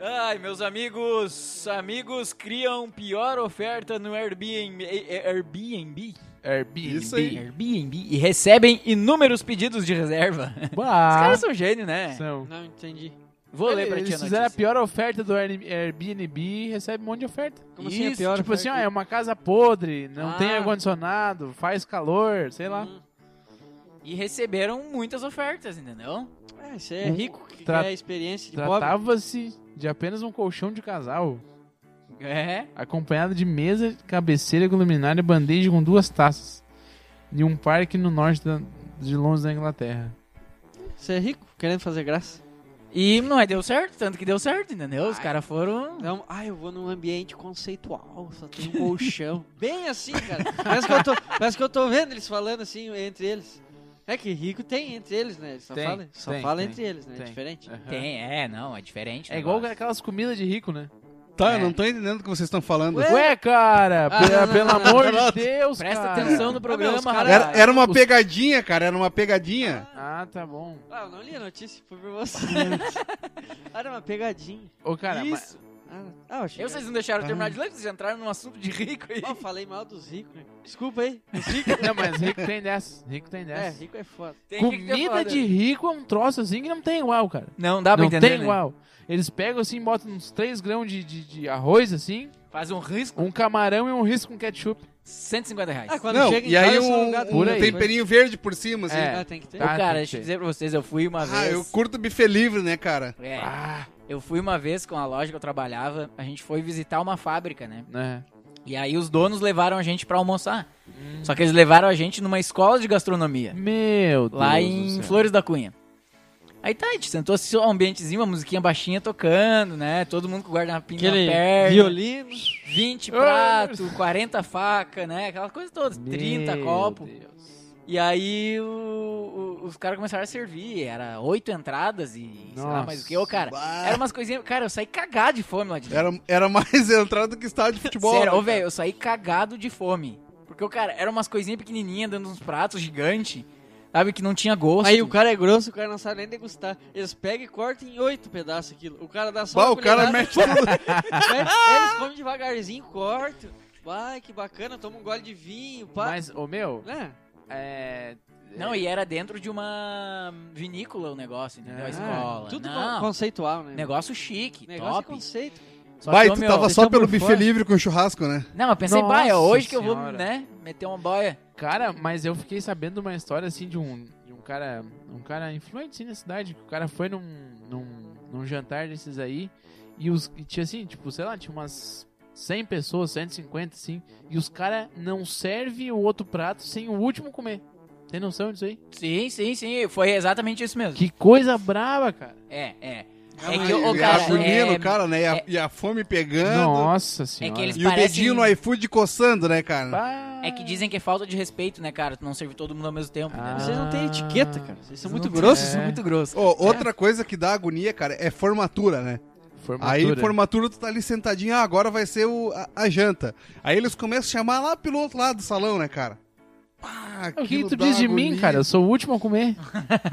S1: Ai, meus amigos, amigos criam pior oferta no Airbnb, Airbnb,
S2: Airbnb.
S4: Isso aí.
S1: Airbnb e recebem inúmeros pedidos de reserva. Os
S2: Bah.
S1: caras Ah. são gênios, né?
S2: São.
S3: Não, entendi.
S1: Vou ler pra ti a
S2: Eles fizeram a
S1: notícia.
S2: pior oferta do Air- Airbnb e recebe um monte de oferta.
S3: Como assim a
S2: Isso,
S3: pior
S2: Tipo
S3: oferta?
S2: assim, ó, é uma casa podre, não
S1: Ah.
S2: tem ar-condicionado, faz calor, sei lá.
S3: Hum.
S1: E receberam muitas ofertas, entendeu?
S3: É, isso aí é rico que
S2: Tra-
S3: quer experiência de pobre.
S2: Tratava-se de apenas um colchão de casal,
S1: É.
S2: acompanhado de mesa, cabeceira com luminária e bandeja com duas taças. De um parque no norte da- de Londres, na Inglaterra.
S3: Você é rico querendo fazer graça.
S1: E não é, deu certo, tanto que deu certo, entendeu? Os caras foram.
S3: Então, ah, eu vou num ambiente conceitual, só tem um colchão. Bem assim, cara. Parece que, eu tô, parece que eu tô vendo eles falando assim entre eles. É que rico tem entre eles, né? Eles só
S2: Tem,
S3: falam só
S2: tem,
S3: fala
S2: tem,
S3: entre eles, né? É
S2: tem.
S3: diferente.
S1: Tem, é, não, é diferente. o
S2: É igual
S1: negócio.
S2: aquelas comidas de rico, né?
S4: Tá,
S1: É.
S4: eu não tô entendendo o que vocês estão falando.
S3: Ué,
S2: Ué, cara!
S3: Ah,
S2: pe-
S3: não, não,
S2: pelo
S3: não, não,
S2: amor
S4: não, não.
S2: de Deus,
S1: Presta
S2: cara.
S1: atenção no programa,
S3: os caras-
S1: rapaz.
S4: Era, era uma pegadinha, cara, era uma pegadinha.
S2: Ah, tá bom.
S3: Ah, eu não li a notícia, foi pra você. Ah, Era uma pegadinha.
S2: Ô, cara, mas-
S1: Isso.
S3: Ah, ah eu achei.
S1: Eu, Ah. vocês não deixaram eu terminar de ler, vocês entraram num assunto de rico aí.
S3: Ah, eu falei mal dos ricos, né? Desculpa aí.
S2: Não, mas rico tem dessas. Rico tem
S3: É,
S2: dessas.
S3: rico é foda.
S1: Tem que ter
S2: Comida
S1: foda.
S2: de rico é um troço assim que não tem igual, cara.
S1: Não dá pra
S2: não
S1: entender.
S2: tem
S1: né?
S2: igual. Eles pegam assim, botam uns 3 grãos de, de, de arroz, assim,
S1: Faz um risco,
S2: um camarão e um risco com ketchup.
S1: 150 reais.
S3: Ah, quando
S4: Não,
S3: chega em
S4: e
S3: casa,
S4: aí
S3: eu sou
S4: um,
S3: gato.
S4: um
S2: Por aí.
S4: temperinho verde por cima, assim.
S2: É.
S3: Ah, tem que ter.
S1: Ô,
S2: Tá,
S1: cara,
S2: tem
S1: deixa eu
S2: que
S1: dizer pra vocês, eu fui uma
S4: Ah,
S1: vez.
S4: eu curto buffet livre, né, cara?
S1: É,
S2: Ah,
S1: eu fui uma vez com a loja que eu trabalhava, a gente foi visitar uma fábrica, né?
S2: né?
S1: E aí os donos levaram a gente pra almoçar. Só que eles levaram a gente numa escola de gastronomia.
S2: Meu Deus.
S1: lá
S2: do
S1: em
S2: céu.
S1: Flores da Cunha. Aí tá, a gente sentou assim, um ambientezinho, uma musiquinha baixinha tocando, né? Todo mundo com o guardanapinho
S3: Aquele
S1: na perna.
S3: violino.
S1: 20 pratos, 40 facas, né? Aquela coisa toda, 30
S2: Meu
S1: copos.
S2: Deus.
S1: E aí o- o- os caras começaram a servir. Era oito entradas e sei lá
S2: Nossa.
S1: mais o que. Ô, cara,
S4: Bah.
S1: era umas coisinhas. Cara, eu saí cagado de fome lá de dentro.
S4: Era, era mais entrada que estádio de futebol.
S1: Sério,
S4: né,
S1: ô, velho, eu saí cagado de fome. Porque, o cara, era umas coisinhas pequenininhas dentro de uns pratos gigantes, sabe? Que não tinha gosto.
S3: Aí o cara é grosso, o cara não sabe nem degustar. Eles pegam e cortam em oito pedaços aquilo. O cara dá só
S4: Bah,
S3: uma
S4: o cara
S3: colherada,
S4: mete tudo.
S3: né? Eles comem devagarzinho, cortam. Vai, que bacana, toma um gole de vinho, pá.
S2: Mas, ô meu,
S3: Né?
S2: é.
S1: Não, e era dentro de uma vinícola o negócio, entendeu?
S2: Ah,
S1: a escola.
S3: Tudo
S1: não,
S3: con- conceitual, né?
S1: negócio chique,
S3: Negócio é
S1: top.
S3: conceito.
S1: Só
S4: Vai,
S1: que, ô,
S4: tu
S1: meu,
S4: tava
S3: vocês
S4: só
S3: tão
S4: pelo
S3: por
S4: buffet
S3: fora.
S4: livre com churrasco, né?
S1: Não, eu pensei,
S2: Nossa
S1: bah, é hoje que eu vou,
S2: Senhora.
S1: né, meter uma boia.
S2: Cara, mas eu fiquei sabendo de uma história assim de um, de um cara. Um cara influente assim, na cidade. que O cara foi num, num, num jantar desses aí. E os. E tinha assim, tipo, sei lá, tinha umas 100 pessoas, 150, assim. E os cara não serve o outro prato sem o último comer. Tem noção disso aí?
S1: Sim, sim, sim, foi exatamente isso mesmo.
S2: Que coisa brava, cara.
S1: É, é.
S3: É
S1: É
S3: uma
S1: que, ô,
S4: e
S1: cara,
S4: a agonia
S1: é-
S4: no cara, né? E a,
S1: é-
S4: e a fome pegando.
S2: Nossa
S3: É
S2: senhora.
S1: eles-
S4: E o
S1: Parecem-
S4: dedinho no iFood coçando, né, cara?
S2: Bah.
S3: Ah.
S1: É que dizem que é falta de respeito, né, cara? Tu não serve todo mundo ao mesmo tempo.
S2: Ah. É.
S1: né?
S3: Vocês não têm etiqueta, cara. Vocês
S1: Vocês
S3: são é muito
S1: não têm-
S3: grossos.
S1: Vocês são muito grossos.
S4: Ô, outra coisa que dá agonia, cara, é formatura, né?
S2: Formatura.
S4: Aí, formatura, tu tá ali sentadinho, ah, agora vai ser o- a, a janta. Aí eles começam a chamar lá pelo outro lado do salão, né, cara? Pá,
S2: O que
S4: aquilo
S2: tu
S4: dá
S2: diz de
S4: agonia.
S2: mim, cara? Eu sou o último a comer.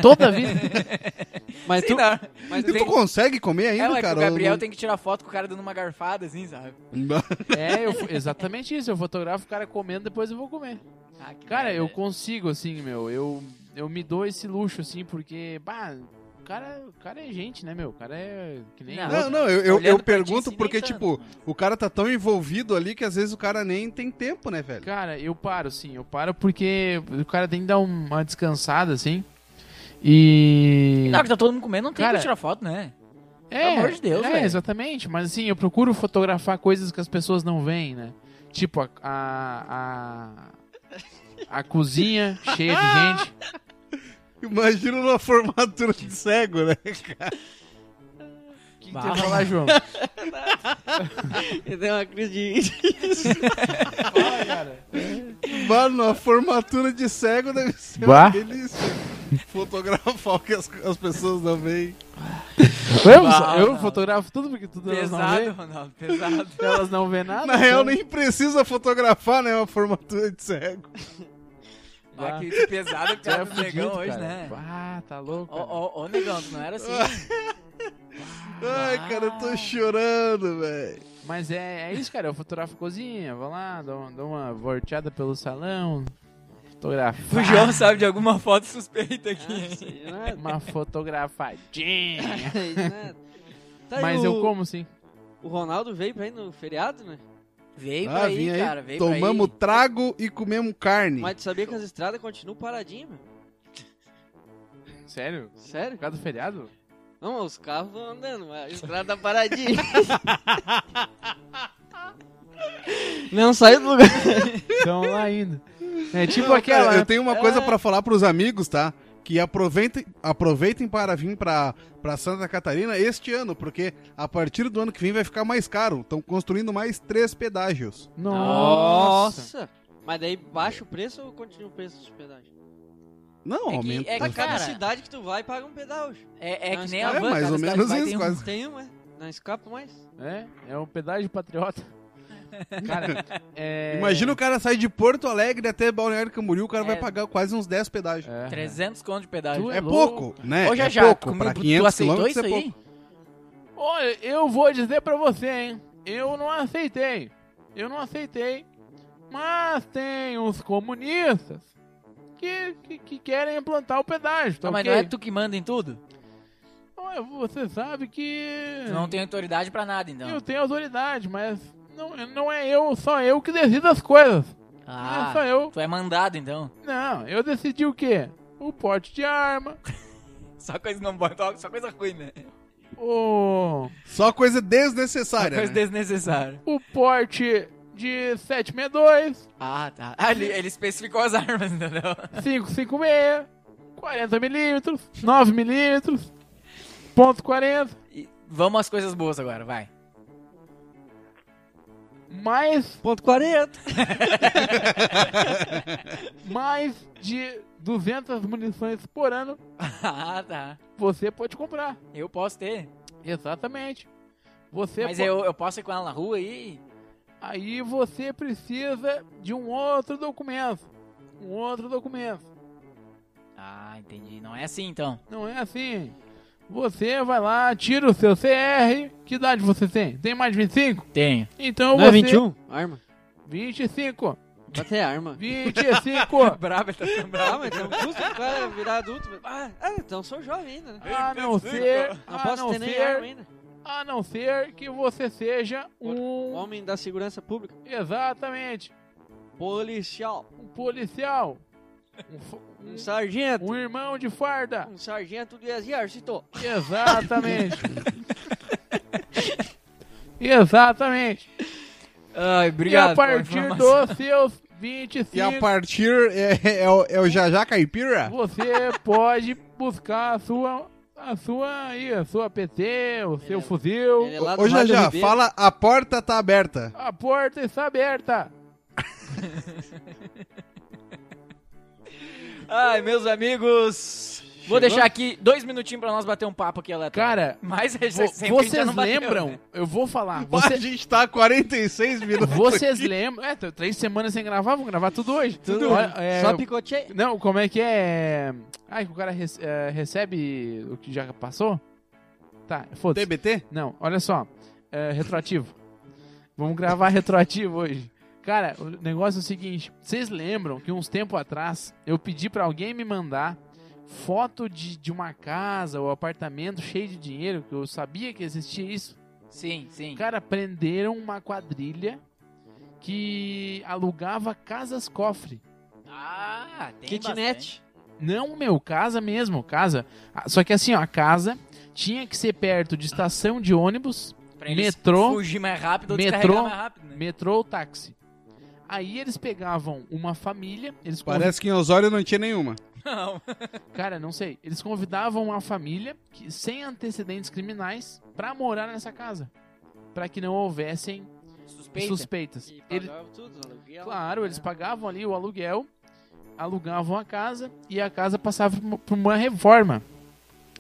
S2: Toda vida.
S3: Mas
S1: Sei
S4: né?
S3: tu,
S1: lá.
S3: mas
S4: Tu
S3: tu,
S4: consegue comer
S1: É,
S4: ainda,
S1: mas
S4: cara?
S1: o Gabriel
S4: Eu
S1: tem que tirar foto com o cara dando uma garfada, assim, sabe?
S4: não-
S2: É, eu, exatamente isso. Eu fotografo o cara comendo, depois eu vou comer.
S1: Ah, que
S2: Cara,
S1: merda.
S2: eu consigo, assim, meu. Eu, eu me dou esse luxo, assim, porque, bah, o cara, o cara é gente, né, meu? O cara é que nem.
S1: Não,
S4: Não, não, eu, eu,
S1: Olhando
S4: eu
S1: pra ti,
S4: pergunto
S1: assim,
S4: porque,
S1: nem tanto,
S4: tipo,
S1: mano.
S4: o cara tá tão envolvido ali que às vezes o cara nem tem tempo, né, velho?
S2: Cara, eu paro, sim. Eu paro porque o cara tem que dar um, uma descansada, assim. E.
S1: Não, que tá todo mundo comendo, não tem
S2: Cara,
S1: que tirar foto, né?
S2: É,
S1: Pelo amor de Deus,
S2: é,
S1: velho.
S2: exatamente. Mas assim, eu procuro fotografar coisas que as pessoas não veem, né? Tipo, a. a, a, a cozinha cheia de gente.
S4: Imagina uma formatura de cego, né?
S2: O que, que tu
S1: Bah.
S2: ia falar, João?
S3: eu dei uma crise de...
S4: Mano, a formatura de cego deve ser
S2: Bah.
S4: uma delícia. Fotografar o que as, as pessoas não veem.
S2: Eu,
S1: Bah,
S2: eu
S1: não.
S2: fotografo tudo porque tudo elas não
S1: Pesado,
S2: veem.
S1: Ronaldo, pesado.
S2: Elas não vêem nada. né?
S4: Na real, nem precisa fotografar, né? Uma formatura de cego.
S1: Ah,
S2: Bah.
S1: que pesado que
S2: Tu é
S1: tá do negão
S2: fudido,
S1: hoje,
S2: cara.
S1: né?
S2: Ah, tá
S1: Ô,
S2: louco. cara.
S1: ô, ô, negão, tu não era assim.
S4: Ai, cara, eu tô
S1: Ah.
S4: chorando, velho.
S2: Mas é, é isso, cara. Eu fotografo cozinha. Vou lá, dou, uma- dou uma volteada pelo salão. Fotografo.
S1: O João sabe de alguma foto suspeita aqui.
S3: Ah,
S1: hein?
S3: sei lá,
S2: Uma fotografadinha.
S3: sei lá. é Tá aí
S2: Mas
S3: o,
S2: eu como sim.
S3: o Ronaldo veio pra ir no feriado, né?
S1: Veio
S4: Ah,
S1: pra
S4: vim
S1: aí,
S4: aí,
S1: cara, veio
S4: Tomamos
S1: pra
S4: trago e comemos carne.
S3: Mas tu sabia que as estradas continuam paradinhas, meu?
S2: Sério?
S3: Sério?
S2: Por causa do feriado?
S3: Não, os carros vão andando, mas a estrada tá paradinha. Não saiu do lugar.
S2: Estão Então, lá ainda. É tipo
S4: Não,
S2: aquela.
S4: cara,
S2: né?
S4: eu tenho uma
S1: É.
S4: coisa pra falar pros amigos, tá? Que aproveitem, aproveitem para vir pra, pra Santa Catarina este ano, porque a partir do ano que vem vai ficar mais caro. Estão construindo mais três pedágios.
S2: Nossa!
S3: Mas daí baixa o preço ou continua o preço dos pedágios?
S4: Não,
S1: que-
S4: aumenta.
S1: é que,
S3: Pra cada
S1: cara-
S3: cidade que tu vai, paga um pedágio.
S1: aí. É, é que
S3: Mas,
S1: nem
S3: cara,
S1: a van,
S4: é mais
S1: cada
S4: ou
S1: cidade
S4: menos
S1: vai
S4: isso,
S1: ter um-
S4: quase.
S3: Tem uma, é. não escapa mais.
S2: É, é um pedágio patriota. Cara, é.
S4: Imagina o cara sair de Porto Alegre até Balneário Camboriú, o cara
S1: É.
S4: vai pagar quase uns 10 pedágios.
S2: É.
S1: 300 um conto de pedágio.
S2: Tu
S4: É,
S2: é
S4: pouco, né?
S1: Ô, já
S4: é
S1: já,
S4: pouco.
S1: comigo,
S4: Pra
S1: tu
S4: 500
S1: aceitou
S4: quilômetros
S1: isso
S4: é pouco.
S1: aí?
S2: Olha, eu vou dizer pra você, hein? Eu não aceitei. Eu não aceitei. Mas tem uns comunistas que, que, que querem implantar o pedágio, tá
S1: Tá, mas
S2: ok?
S1: não é tu que manda em tudo?
S2: Olha, Você sabe que...
S4: É.
S1: Tu não tem autoridade pra nada, então.
S2: Eu tenho autoridade, mas não, não é eu, só eu que decido as coisas. Não é só
S1: Ah,
S2: eu.
S1: tu é mandado, então.
S2: Não, eu decidi o quê? O porte de arma,
S1: Só coisa não boa, só coisa ruim, né?
S2: o,
S4: Só coisa
S1: Só
S4: desnecessária.
S1: coisa
S4: né?
S1: desnecessária.
S2: o porte de 762,
S1: Ah, tá. Ah, ele, ele especificou as armas, entendeu?
S2: 556, 40 milímetros, 9 milímetros, Ponto 40.
S1: E vamos às coisas boas agora, vai.
S2: Mais,
S3: Ponto 40.
S2: mais de 200 munições por ano
S1: ah, tá.
S2: você pode comprar.
S1: Eu posso ter.
S2: Exatamente. Você
S1: Mas
S2: po-
S1: eu, eu posso ir com ela na rua aí?
S2: Aí você precisa de um outro documento. Um outro documento.
S1: Ah, entendi. Não é assim então.
S2: Não é assim. Você vai lá, tira o seu CR. Que idade você tem? Tem mais de 25?
S1: Tenho.
S2: Então
S3: Não
S2: você...
S3: é 21? Arma.
S2: 25.
S3: Até arma.
S2: 25.
S1: Brabo, tá tão
S3: Ah,
S1: brabo.
S3: mas então custa o cara virar adulto. Ah, ah, então sou jovem ainda, né?
S2: A não ser...
S1: Ah,
S3: Não
S2: a
S3: posso
S2: não
S3: ter nem arma
S2: ser...
S3: ainda.
S2: A não ser que você seja um...
S3: Homem da segurança pública.
S2: Exatamente.
S3: Policial.
S2: Um policial. Um, fo-
S3: Um
S2: um,
S3: sargento.
S2: um irmão de farda.
S3: Um sargento do exército.
S2: Exatamente. Exatamente.
S1: Ai,
S2: E a
S1: obrigado. pela
S2: partir
S1: informação.
S2: dos seus 25,
S4: E a partir é, é o, é o Jajá Caipira?
S2: você pode buscar a sua a sua aí, a sua PT, o seu
S3: é-
S2: fuzil.
S3: Ele é lá do
S4: Ô
S3: Mário
S4: Jajá,
S3: Ribeiro.
S4: fala, a porta tá aberta.
S2: A porta está aberta.
S1: Ai, meus amigos. Vou deixar aqui dois minutinhos pra nós bater um papo aqui aleatório.
S2: Cara,
S1: mas
S2: vo-
S1: é sempre a gente já
S2: vocês
S1: não bateu,
S2: lembram?
S1: né?
S2: Eu vou falar.
S4: A
S2: Você,
S4: gente tá há 46 minutos.
S2: vocês lembram? É, tô três semanas sem gravar, vamos gravar tudo hoje.
S3: Tudo.
S2: Olha, é,
S3: Só picoteio.
S2: Não, como é que é. Ai, que o cara rece- é, recebe o que já passou? Tá, foda-se.
S4: TBT?
S2: Não, olha só. É, retroativo. Vamos gravar retroativo hoje. Cara, o negócio é o seguinte: vocês lembram que uns tempo atrás eu pedi pra alguém me mandar foto de, de uma casa ou apartamento cheio de dinheiro, que eu sabia que existia isso?
S1: Sim, sim.
S2: Cara, prenderam uma quadrilha que alugava casas-cofre.
S1: Ah, tem bastante.
S3: Kitnet.
S2: Não, meu, casa mesmo, casa. Ah, Só que assim, ó, a casa tinha que ser perto de estação de ônibus,
S1: Pra eles
S2: Metrô.
S1: Fugir mais rápido ou
S2: Metrô.
S1: descarregar mais rápido, né?
S2: metrô ou táxi. Aí eles pegavam uma família, eles convi-
S4: Parece que em Osório não tinha nenhuma.
S1: Não.
S2: cara, não sei, eles convidavam uma família que, sem antecedentes criminais pra morar nessa casa, Pra que não houvessem
S1: Suspeita.
S2: suspeitas.
S3: E
S2: Ele-
S3: pagava tudo, aluguel. né?
S2: Claro, eles pagavam ali o aluguel, alugavam a casa e a casa passava por uma- por uma reforma.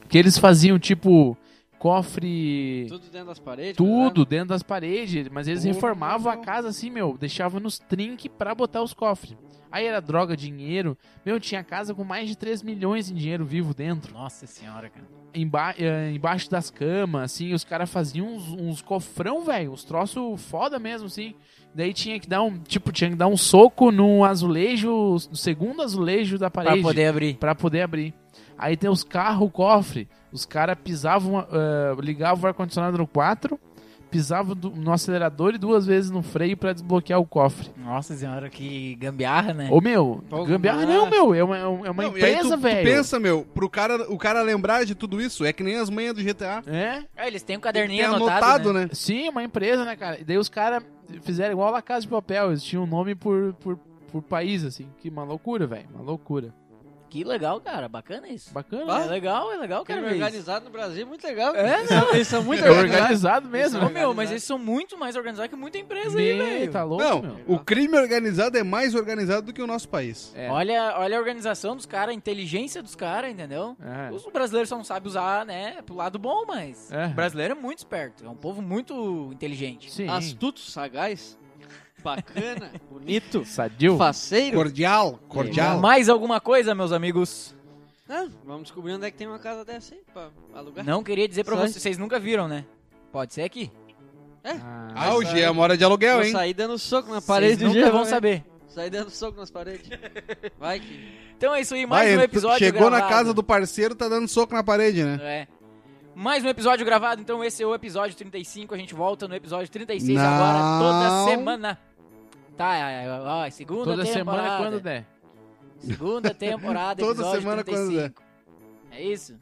S2: Que eles faziam tipo cofre, tudo,
S3: Tudo dentro das paredes. né?
S1: Né?
S2: dentro das paredes, mas eles
S4: Porra,
S2: reformavam a
S4: legal.
S2: casa assim, meu, deixavam nos trinque pra botar os cofres. Aí era droga, dinheiro. Meu, tinha casa com mais de 3 milhões em dinheiro vivo dentro.
S1: Nossa senhora, cara.
S2: Emba eh, embaixo das camas, assim, os caras faziam uns, uns cofrão, velho, uns troço foda mesmo, assim. Daí tinha que dar um, tipo, tinha que dar um soco no azulejo, no segundo azulejo da
S1: Pra
S2: parede,
S1: poder abrir.
S2: pra poder abrir. Aí tem os carros, cofre, os caras pisavam, eh, ligavam o ar-condicionado no 4, pisavam do- no acelerador e duas vezes no freio pra desbloquear o cofre.
S1: Nossa senhora, que gambiarra, né?
S2: Ô, meu,
S3: Pô,
S2: gambiarra
S3: mas-
S2: não, meu, é uma, é uma
S4: Não, e aí
S2: empresa,
S4: tu-
S2: velho.
S4: Tu pensa, meu, pro cara, o cara lembrar de tudo isso, é que nem as manhas do GTA.
S2: É?
S1: Ah, eles têm um
S4: Tem
S1: caderninho
S4: anotado, né?
S2: Sim, uma empresa, né, cara? E daí os caras fizeram igual a La Casa de Papel, eles tinham um nome por, por, por país, assim. Que uma loucura, velho. Uma loucura.
S4: né?
S1: Que legal, cara. Bacana isso.
S2: Bacana,
S4: Ah,
S1: É
S2: né?
S1: legal, é legal, cara.
S3: Crime
S1: ver isso.
S3: organizado no Brasil, é muito legal.
S1: É,
S3: eles, são, eles são muito
S2: É
S3: organizados.
S2: organizado mesmo.
S1: Ô, meu, mas eles são muito mais organizados que muita empresa aí,
S2: Meu,
S1: velho.
S2: tá louco,
S4: Não,
S2: meu.
S4: o crime organizado é mais organizado do que o nosso país.
S2: É.
S1: Olha, olha a organização dos caras, a inteligência dos caras, entendeu?
S2: É.
S1: Os brasileiros só não sabem usar, né, pro lado bom, mas...
S2: É.
S1: O brasileiro é muito esperto, é um povo muito inteligente.
S2: Sim.
S3: Astuto, sagaz, bacana, bonito,
S2: Sadio.
S3: faceiro.
S4: Cordial, cordial.
S1: Mais alguma coisa, meus amigos?
S3: Ah, vamos descobrir onde é que tem uma casa dessa aí pra
S2: É.
S3: alugar.
S1: Não queria dizer pra
S3: Só
S1: vocês, vocês nunca viram, né? Pode ser aqui.
S2: Ah,
S4: Ah, o G é mora de aluguel,
S3: Vou
S4: hein?
S3: sair dando soco na
S1: Vocês
S3: parede do
S1: nunca
S3: jeito.
S2: né?
S1: vão saber.
S3: Sair dando soco nas paredes. Vai que.
S1: Então é isso aí, mais um
S4: Vai,
S1: episódio
S4: Chegou na
S1: gravado.
S4: casa do parceiro, tá dando soco na parede, né?
S1: É. Mais um episódio gravado, então esse é o episódio 35. A gente volta no episódio 36
S4: Não.
S1: agora, toda semana. Tá, é, é, ó, é segunda
S2: toda
S1: temporada.
S2: semana quando der.
S1: Segunda temporada,
S4: Toda
S1: episódio
S4: semana quando
S1: 35. É isso?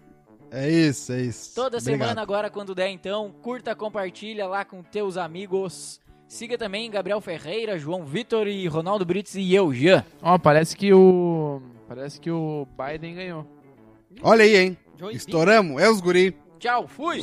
S4: É isso, é isso.
S1: Toda
S4: Obrigado.
S1: semana agora, quando der, então. Curta, compartilha lá com teus amigos. Siga também Gabriel Ferreira, João Vitor e Ronaldo Brits e eu, Jean.
S2: Ó, parece que o... Parece que o Biden ganhou.
S4: Olha aí, hein?
S3: Joey
S4: Estouramos, é os guri.
S1: Tchau, fui!